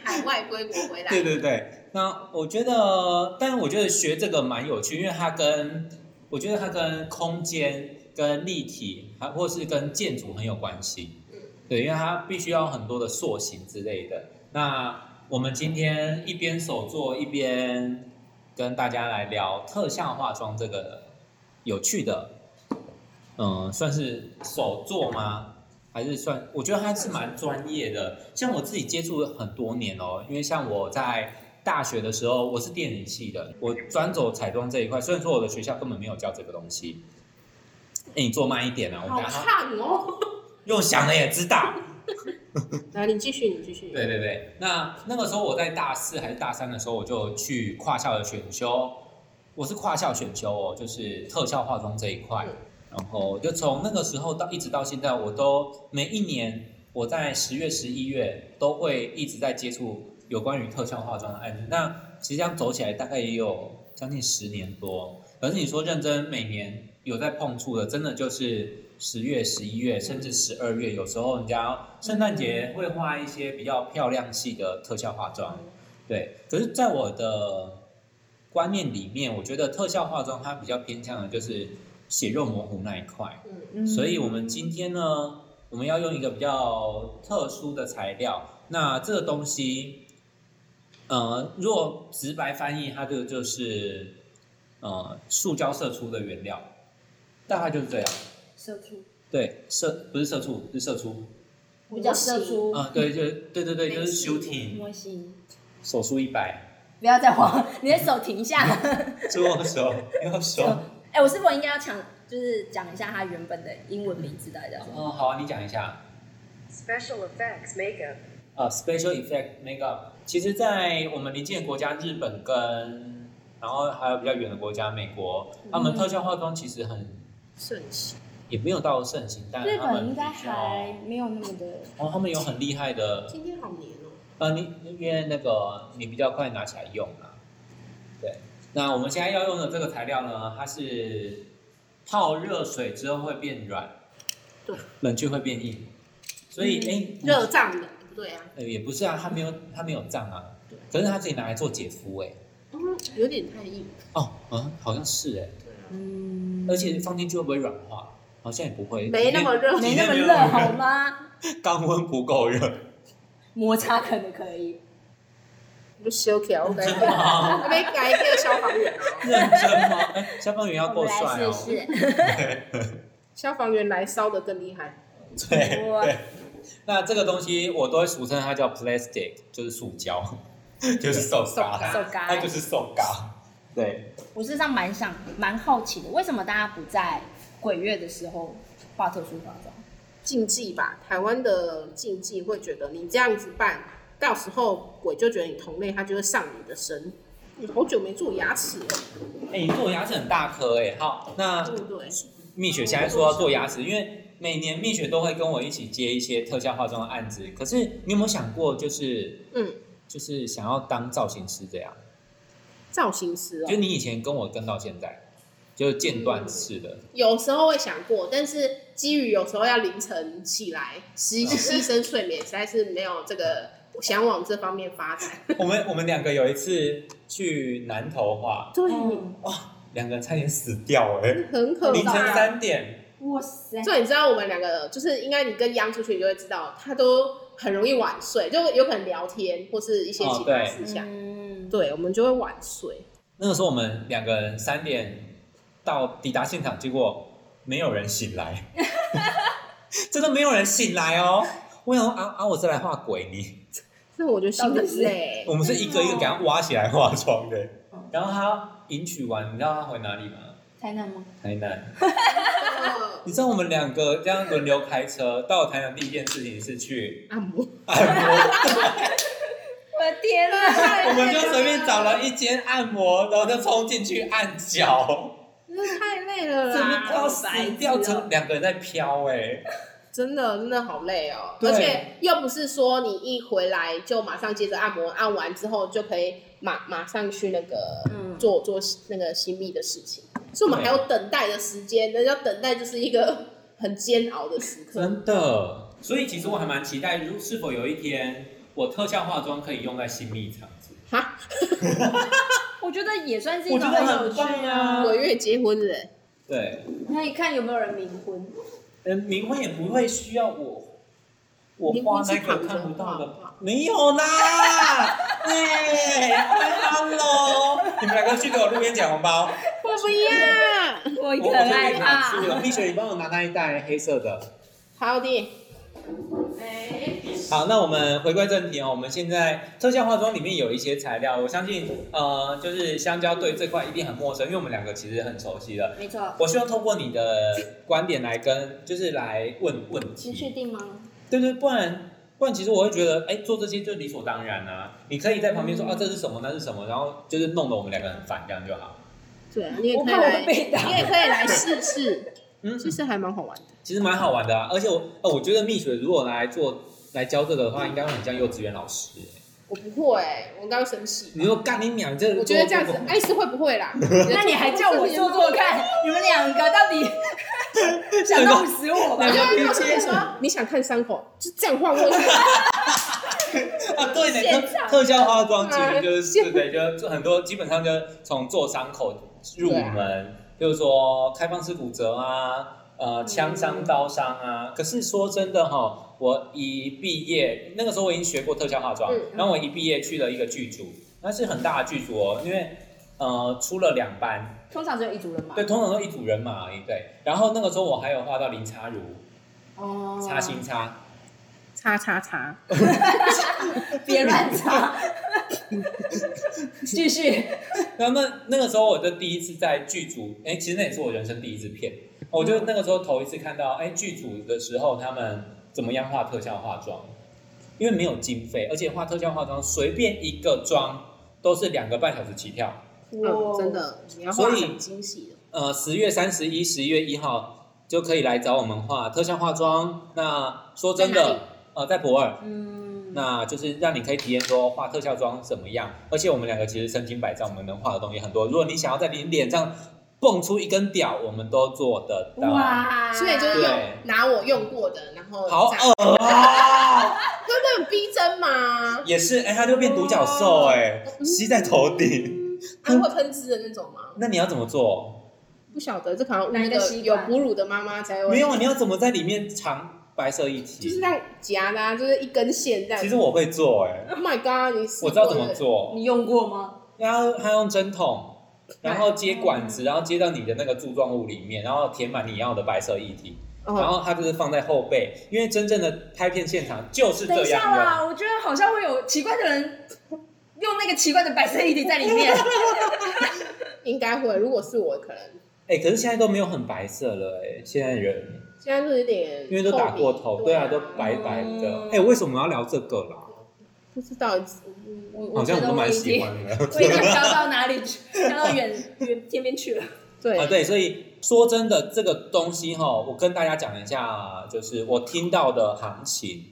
Speaker 2: 海外归国回来，
Speaker 1: *laughs* 对对对，那我觉得，但我觉得学这个蛮有趣，因为它跟我觉得它跟空间、跟立体，还或是跟建筑很有关系
Speaker 2: 嗯。
Speaker 1: 对，因为它必须要很多的塑形之类的。那我们今天一边手做一边跟大家来聊特效化妆这个有趣的，嗯，算是手作吗？还是算，我觉得他是蛮专业的。像我自己接触了很多年哦，因为像我在大学的时候，我是电影系的，我专走彩妆这一块。虽然说我的学校根本没有教这个东西，哎，你做慢一点啊，我们
Speaker 2: 好
Speaker 1: 等下
Speaker 2: 看哦。
Speaker 1: 用想了也知道。
Speaker 2: *laughs* 来，你继续，你继续。
Speaker 1: 对对对，那那个时候我在大四还是大三的时候，我就去跨校的选修，我是跨校选修哦，就是特效化妆这一块
Speaker 2: 嗯。
Speaker 1: 然后就从那个时候到一直到现在，我都每一年我在十月、十一月都会一直在接触有关于特效化妆的案子。那其实这样走起来大概也有将近十年多。可是你说认真每年有在碰触的，真的就是十月、十一月，
Speaker 2: 嗯
Speaker 1: 甚至十二月，有时候人家圣诞节会画一些比较漂亮系的特效化妆。对，可是在我的观念里面，我觉得特效化妆它比较偏向的就是血肉模糊那一块。
Speaker 2: 嗯，
Speaker 1: 所以我们今天呢，我们要用一个比较特殊的材料。那这个东西，呃，若直白翻译，它这个就是呃塑胶射出的原料，大概就是这样。
Speaker 4: 社畜，
Speaker 1: 对，射不是射出，是射出。
Speaker 4: 我叫社畜，
Speaker 1: 啊、对，就对对对，就是
Speaker 2: 没事
Speaker 1: shooting
Speaker 4: 模型。
Speaker 1: 手术一百，
Speaker 4: 不要再晃，你的手停下。 *laughs*
Speaker 1: 左手右
Speaker 3: *laughs*
Speaker 1: 手。
Speaker 4: 哎、我是否应该要讲，就是讲一下它原本的英文名字到底叫什么？
Speaker 1: 嗯，好啊，你讲一下。
Speaker 5: Special effects makeup.
Speaker 1: 呃，special effect makeup，其实，在我们邻近的国家，日本跟然后还有比较远的国家，美国，
Speaker 3: 嗯
Speaker 1: 他们特效化妆其实很
Speaker 2: 顺行。
Speaker 1: 也没有到盛行，但
Speaker 3: 日
Speaker 1: 他
Speaker 3: 本
Speaker 1: 们
Speaker 3: 应该
Speaker 1: 比较
Speaker 3: 还没有那么的，
Speaker 4: *laughs*
Speaker 1: 哦，他们有很厉害的，
Speaker 2: 今天好黏哦。
Speaker 1: 呃，你因为那个你比较快拿起来用啦。对，那我们现在要用的这个材料呢，它是泡热水之后会变软，
Speaker 2: 对，
Speaker 1: 冷却会变硬，所
Speaker 4: 嗯
Speaker 1: 以哎，你
Speaker 2: 热胀冷，不对啊，
Speaker 1: 呃，也不是啊，它没有它没有胀啊
Speaker 2: 对，
Speaker 1: 可是它自己拿来做姐夫哎、
Speaker 2: 嗯，有点太硬。
Speaker 1: 哦，嗯，好像是哎、
Speaker 2: 对啊，
Speaker 4: 嗯
Speaker 1: 而且放进去会不会软化？好像也不会，
Speaker 2: 没那么热
Speaker 1: 因为
Speaker 4: 没那么
Speaker 1: 因为
Speaker 4: 热好吗？
Speaker 1: *laughs* 肛温不够热，
Speaker 4: 摩擦可能可以。
Speaker 2: 不修起来，我感
Speaker 1: 真
Speaker 2: 觉
Speaker 1: 的
Speaker 4: *laughs*
Speaker 1: 吗？
Speaker 2: 我被改变消防员哦。
Speaker 1: 认真吗？哎，消防员要
Speaker 4: 我
Speaker 1: 够
Speaker 4: 们来
Speaker 1: 帅
Speaker 4: 试
Speaker 1: 哦，
Speaker 4: 试。
Speaker 2: 消防员来烧的更厉害。
Speaker 1: 对
Speaker 4: 哇
Speaker 1: 对。那这个东西我都会俗称它叫 plastic，就是塑胶， *laughs* 就是塑胶，它
Speaker 4: 手嘎
Speaker 1: 就。是塑胶。对，
Speaker 4: 我事实上蛮想、蛮好奇的，为什么大家不在鬼月的时候画特殊化妆？
Speaker 2: 禁忌吧，台湾的禁忌会觉得你这样子办，到时候鬼就觉得你同类，他就会上你的身。你好久没做牙齿了，
Speaker 1: 哎，你做牙齿很大颗哎，好，那
Speaker 2: 对不对？
Speaker 1: 蜜雪现在说要做牙齿，因为每年蜜雪都会跟我一起接一些特效化妆的案子。可是你有没有想过，就是
Speaker 2: 嗯，
Speaker 1: 就是想要当造型师这样？
Speaker 2: 造型师
Speaker 1: 就
Speaker 2: 哦，
Speaker 1: 你以前跟我跟到现在，就是间断式的。
Speaker 2: 有时候会想过，但是基于有时候要凌晨起来牺
Speaker 1: 啊
Speaker 2: 牺牲睡眠，实在是没有这个想往这方面发展。
Speaker 1: 我们我们两个有一次去南投画，
Speaker 2: 对，
Speaker 4: 嗯
Speaker 1: 两个人差点死掉哎、
Speaker 2: 很可
Speaker 1: 凌晨
Speaker 2: 怕。
Speaker 1: 三点，
Speaker 3: 哇塞，
Speaker 2: 所以你知道我们两个就是应该你跟央出去，你就会知道他都很容易晚睡，就有可能聊天或是一些
Speaker 1: 哦
Speaker 2: 其他
Speaker 1: 对
Speaker 2: 事项。
Speaker 4: 嗯，
Speaker 2: 对，我们就会晚睡。
Speaker 1: 那个时候我们两个人三点到抵达现场，结果没有人醒来，真的没有人醒来哦。我想说啊啊，我是来画鬼你。
Speaker 2: 那我就心
Speaker 4: 到
Speaker 2: 很
Speaker 4: 底是
Speaker 2: 累。
Speaker 1: 我们是一个一个给他挖起来化妆的。然后他迎娶完，你知道他回哪里吗？
Speaker 3: 台南吗？
Speaker 1: 台南。你知道我们两个这样轮流开车到台南，第一件事情是去
Speaker 2: *laughs* 按摩，
Speaker 1: 按摩，
Speaker 4: 我的天啊哪！
Speaker 1: 我们就随便找了一间按摩，然后就冲进去按脚，
Speaker 2: 真的太累了
Speaker 1: 真的快
Speaker 2: 啦，
Speaker 1: 要死掉，成两个人在飘哎、
Speaker 2: 真的真的好累哦。
Speaker 1: 对
Speaker 2: 而且又不是说你一回来就马上接着按摩，按完之后就可以马马上去那个
Speaker 4: 嗯
Speaker 2: 做做那个新密的事情，所以我们还有等待的时间。人家等待就是一个 *laughs* 很煎熬的时刻。
Speaker 1: 真的。所以其实我还蛮期待，如是否有一天我特效化妆可以用在新密场子，
Speaker 2: 哈，
Speaker 4: 我觉得也算是一
Speaker 1: 我
Speaker 4: 种
Speaker 1: 觉得
Speaker 4: 很有
Speaker 1: 很
Speaker 4: 趣
Speaker 1: 棒啊。
Speaker 2: 我月结婚了，
Speaker 1: 对，
Speaker 4: 那你看有没有人冥婚？
Speaker 1: 嗯，冥婚也不会需要我，我
Speaker 2: 冥
Speaker 1: 画
Speaker 2: 婚是
Speaker 1: 那个
Speaker 2: 躺着
Speaker 1: 看不到
Speaker 2: 画
Speaker 1: 的
Speaker 2: 吗，
Speaker 1: 没有啦。哎、哈喽， *laughs* 你们两个去给我路边捡红包，
Speaker 2: 我不要。
Speaker 4: 我
Speaker 1: 我
Speaker 4: 可
Speaker 1: 我这
Speaker 4: 爱
Speaker 1: 边卡住
Speaker 4: 怕。
Speaker 1: 了。蜜雪，你帮我拿那一袋黑色的。
Speaker 2: 好的，
Speaker 4: 哎，
Speaker 1: 好，那我们回归正题哦。我们现在特效化妆里面有一些材料，我相信呃，就是香蕉对这块一定很陌生，因为我们两个其实很熟悉了。
Speaker 4: 没错。
Speaker 1: 我希望透过你的观点来跟，就是来问问题。
Speaker 4: 你确定吗？
Speaker 1: 对对，不然不然，其实我会觉得，哎，做这些就理所当然啊。你可以在旁边
Speaker 2: 嗯
Speaker 1: 说、啊，这是什么，那是什么，然后就是弄得我们两个很烦，这样就好。
Speaker 2: 对啊，你也
Speaker 4: 我
Speaker 2: 可以
Speaker 4: 怕我
Speaker 2: 来，
Speaker 4: 会被打
Speaker 2: 你也可以来试试，
Speaker 1: 嗯，
Speaker 2: 其实还蛮好玩的。
Speaker 1: 其实蛮好玩的啊。而且我，呃，我觉得蜜雪如果拿来做来教这个的话，应该会很像幼稚园老师。
Speaker 2: 我不会、我刚刚生气。
Speaker 1: 你说干你娘，这
Speaker 2: 我觉得这样子，
Speaker 1: 哎，
Speaker 2: 爱是会不会
Speaker 1: *laughs*
Speaker 2: 啦？
Speaker 4: 那你还叫我做做看？你们两个到
Speaker 1: *laughs*
Speaker 4: 底想弄死我吧
Speaker 2: 我？就会告诉
Speaker 1: 别
Speaker 2: 你
Speaker 1: 介
Speaker 2: 说，你想看伤口，就这样换位置。
Speaker 1: *laughs* 啊，对呢，
Speaker 4: 现
Speaker 1: 特
Speaker 4: 场啊
Speaker 1: 特效化妆其实就是对，就是做很多基本上就是从做伤口入
Speaker 4: 啊
Speaker 1: 门，就是说开放式骨折啊，呃，枪
Speaker 4: 嗯
Speaker 1: 伤、刀伤啊。可是说真的哈、我一毕业那个时候我已经学过特效化妆，
Speaker 2: 嗯
Speaker 1: 然后我一毕业去了一个剧组，那是很大的剧组哦，因为呃出了两班，
Speaker 4: 通常只有一组人嘛。
Speaker 1: 对，通常都一组人马而已，对。然后那个时候我还有画到林差如、
Speaker 4: 哦
Speaker 1: 擦心擦，
Speaker 2: *laughs* 叉叉叉，
Speaker 4: 别
Speaker 1: *laughs*
Speaker 4: 乱插。继续。
Speaker 1: 然后那那个时候我就第一次在剧组，哎，其实那也是我人生第一支片。我
Speaker 2: 嗯
Speaker 1: 就那个时候头一次看到，哎，剧组的时候他们怎么样画特效化妆，因为没有经费，而且画特效化妆随便一个妆都是两个半小时起跳。哦
Speaker 2: 嗯，真的，你要画得很精细的。
Speaker 1: 呃，十月三十一、十一月一号就可以来找我们画特效化妆。那说真
Speaker 2: 在哪里
Speaker 1: 的，呃，在博尔，
Speaker 4: 嗯。
Speaker 1: 那就是让你可以体验说画特效妆怎么样，而且我们两个其实身经百战，我们能画的东西很多。如果你想要在你脸上蹦出一根屌，我们都做得到。
Speaker 4: 哇！
Speaker 2: 所以就是
Speaker 1: 对
Speaker 2: 用拿我用过的，然后
Speaker 1: 好
Speaker 2: 这样
Speaker 1: 恶啊！
Speaker 2: 会不会很逼真嘛？
Speaker 1: 也是，哎、它就变独角兽、哎，吸在头顶。
Speaker 2: 它会喷汁的那种吗？
Speaker 1: 那你要怎么做？
Speaker 2: 不晓得，这可能
Speaker 4: 哪
Speaker 2: 那
Speaker 4: 一个
Speaker 2: 个
Speaker 4: 习
Speaker 2: 有
Speaker 4: 惯
Speaker 2: 哺乳的妈妈才会。
Speaker 1: 没有，啊，你要怎么在里面藏白色一体？
Speaker 2: 就是这样夹的啊，就是一根线这样。
Speaker 1: 其实我会做、哎，
Speaker 2: ，Oh my god，你试
Speaker 1: 我知道
Speaker 2: 过
Speaker 1: 怎么
Speaker 2: 了
Speaker 1: 做。
Speaker 4: 你用过吗？
Speaker 1: 然后他用针筒，然后接管子，然后接到你的那个柱状物里面，然后填满你要的白色液体。然
Speaker 2: 哦，
Speaker 1: 后它就是放在后背，因为真正的拍片现场就是
Speaker 4: 等
Speaker 1: 这
Speaker 4: 一下
Speaker 1: 样
Speaker 4: 啦，
Speaker 1: 的。
Speaker 4: 我觉得好像会有奇怪的人用那个奇怪的白色液体在
Speaker 1: *laughs*
Speaker 4: 里面。
Speaker 2: 应该会。如果是我，可能
Speaker 1: 哎、可是现在都没有很白色了、哎，现在人
Speaker 2: 现在就是有点
Speaker 1: 因为都打过
Speaker 2: 透
Speaker 1: 头，
Speaker 2: 明
Speaker 1: 对
Speaker 2: 对
Speaker 1: 啊，都白白的。
Speaker 4: 嗯
Speaker 1: 哎、为什么要聊这个啦？
Speaker 2: 不知道，嗯
Speaker 4: 我
Speaker 1: 好
Speaker 4: 我
Speaker 1: 像
Speaker 4: 觉
Speaker 1: 我
Speaker 4: 得
Speaker 1: 都
Speaker 4: 我
Speaker 1: 蛮
Speaker 4: 已
Speaker 1: 喜
Speaker 4: 经，
Speaker 1: 欢的。 *laughs*
Speaker 4: 我已经飘到哪里去，飘到远远天边去了。
Speaker 2: 对
Speaker 1: 啊，对，所以说真的，这个东西哈，我跟大家讲一下，就是我听到的行情，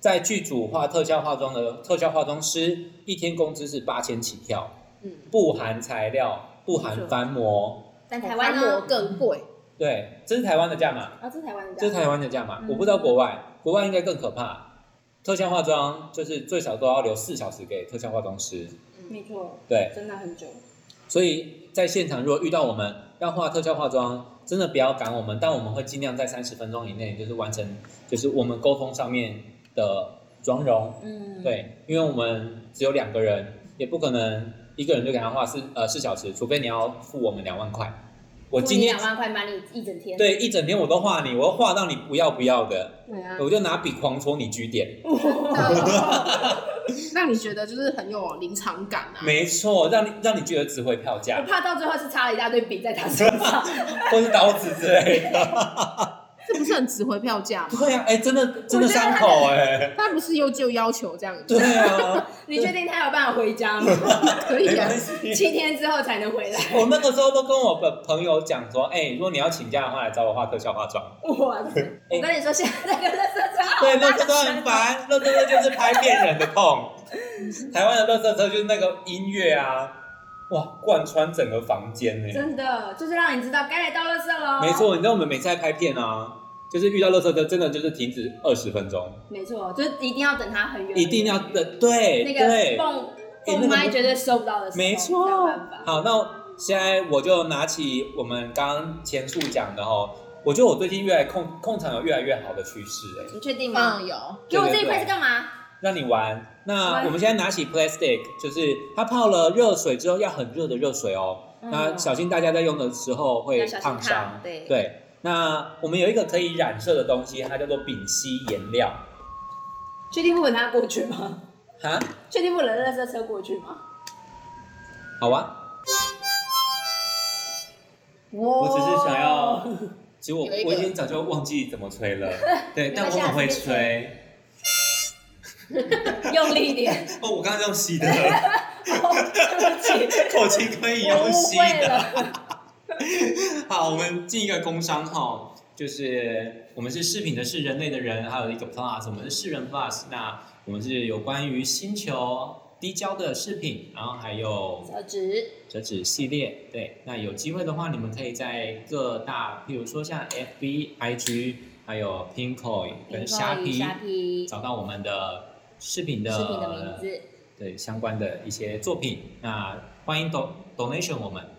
Speaker 1: 在剧组画特效化妆的特效化妆师，一天工资是八千起跳，
Speaker 2: 嗯
Speaker 1: 不含材料，不含翻模，
Speaker 4: 但台湾
Speaker 2: 翻模
Speaker 4: 呢？
Speaker 2: 更贵，
Speaker 1: 对，这是台湾的价码，
Speaker 4: 啊，这是台湾的
Speaker 1: 这是
Speaker 4: 价格，
Speaker 1: 台湾的价码，
Speaker 4: 嗯
Speaker 1: 我不知道国外，国外应该更可怕。特效化妆就是最少都要留四小时给特效化妆师，
Speaker 4: 没错，
Speaker 1: 对，
Speaker 4: 真的很久。
Speaker 1: 所以在现场如果遇到我们要化特效化妆，真的不要赶我们，但我们会尽量在三十分钟以内，就是完成，就是我们沟通上面的妆容，
Speaker 4: 嗯，，
Speaker 1: 对，因为我们只有两个人，也不可能一个人就给他画四呃四小时，除非你要付我们两万块。我今天
Speaker 4: 两万块买你一整天，，
Speaker 1: 对一整天我都画你，我要画到你不要不要的，
Speaker 4: 对啊，
Speaker 1: 我就拿笔狂戳你据点。
Speaker 2: 让你觉得就是很有临场感啊。
Speaker 1: 没错，让你让你觉得值回票
Speaker 4: 啊我
Speaker 1: 价，
Speaker 4: 怕到最后是插了一大堆笔在他身
Speaker 1: *laughs*
Speaker 4: 上，
Speaker 1: 或是刀子之类的。
Speaker 2: 这不是很值回票价吗？
Speaker 1: 对呀、啊，哎、真的真的
Speaker 4: 我觉得
Speaker 1: 伤
Speaker 4: 他
Speaker 1: 口哎、
Speaker 2: 他不是又就要求这样子，
Speaker 1: 对啊，
Speaker 4: 你确定他有办法回家吗？
Speaker 1: *laughs*
Speaker 2: 可以
Speaker 1: 没
Speaker 2: 啊
Speaker 1: 关。系。
Speaker 4: 七天之后才能
Speaker 1: *laughs*
Speaker 4: 回来，
Speaker 1: 我那个时候都跟我的朋友讲说，哎、如果你要请假的话，来找我画特效化妆。
Speaker 4: 哇塞！我跟你
Speaker 1: *laughs*
Speaker 4: 说，现在这个垃圾车
Speaker 1: 对，乐色车很烦，乐色车就是拍骗人的痛。台湾的乐色车就是那个音乐啊，哇，贯穿整个房间呢、
Speaker 4: 真的就是让你知道该来到垃圾喽。
Speaker 1: 没，错，你知道我们每次在拍片啊，就是遇到乐色车，真的就是停止二十分钟，
Speaker 4: 没错，就是一定要等他很远，
Speaker 1: 一定要的，对
Speaker 4: 那个
Speaker 1: 对，哎
Speaker 4: 蹦
Speaker 1: 那
Speaker 4: 蹦
Speaker 1: 个
Speaker 4: 麦绝对收不到的时候，
Speaker 1: 没错
Speaker 4: 才有办法。
Speaker 1: 好，那现在我就拿起我们刚刚前述讲的哈，我觉得我最近越来控控场有越来越好的趋势哎。
Speaker 4: 你确定吗？
Speaker 2: 嗯，有
Speaker 4: 给我这一
Speaker 1: 对对
Speaker 4: 块
Speaker 1: 对
Speaker 4: 是干嘛？
Speaker 1: 让你玩。那
Speaker 4: 玩
Speaker 1: 我们现在拿起 plastic，就是它泡了热水之后要很热的热水哦。
Speaker 4: 嗯
Speaker 1: 那小心大家在用的时候会
Speaker 4: 要小心
Speaker 1: 烫伤。
Speaker 4: 对
Speaker 1: 对，那我们有一个可以染色的东西，它叫做丙烯颜料。
Speaker 4: 确定不能让他过去吗？
Speaker 1: 哈，
Speaker 4: *laughs* 确定不能让垃圾车过去吗？
Speaker 1: 好啊。我
Speaker 4: 我
Speaker 1: 只是想要，其实我
Speaker 2: 有一个
Speaker 1: 我已经早就忘记怎么吹了，对，
Speaker 4: 没
Speaker 1: 但
Speaker 4: 关
Speaker 1: 我
Speaker 4: 系
Speaker 1: 很会
Speaker 4: 啊随
Speaker 1: 吹。
Speaker 4: 用力一点，
Speaker 1: 哦，我刚刚用吸的，
Speaker 4: *laughs* 对不起，
Speaker 1: 口气可以
Speaker 4: 我
Speaker 1: 用
Speaker 4: 误
Speaker 1: 吸
Speaker 4: 会
Speaker 1: 的。
Speaker 4: 了。
Speaker 1: 好，我们进一个工商号，就是我们是饰品的是人类的人，还有一个 plus，我们是世人 plus。那我们是有关于星球滴胶的饰品，然后还有
Speaker 4: 小直，
Speaker 1: 折纸系列。对，那有机会的话，你们可以在各大，譬如说像 FB、IG，还有 Pinkoi 跟虾皮
Speaker 4: 虾皮，
Speaker 1: 找到我们的饰品的
Speaker 4: 视频的名字。
Speaker 1: 对相关的一些作品。那欢迎 don donation 我们。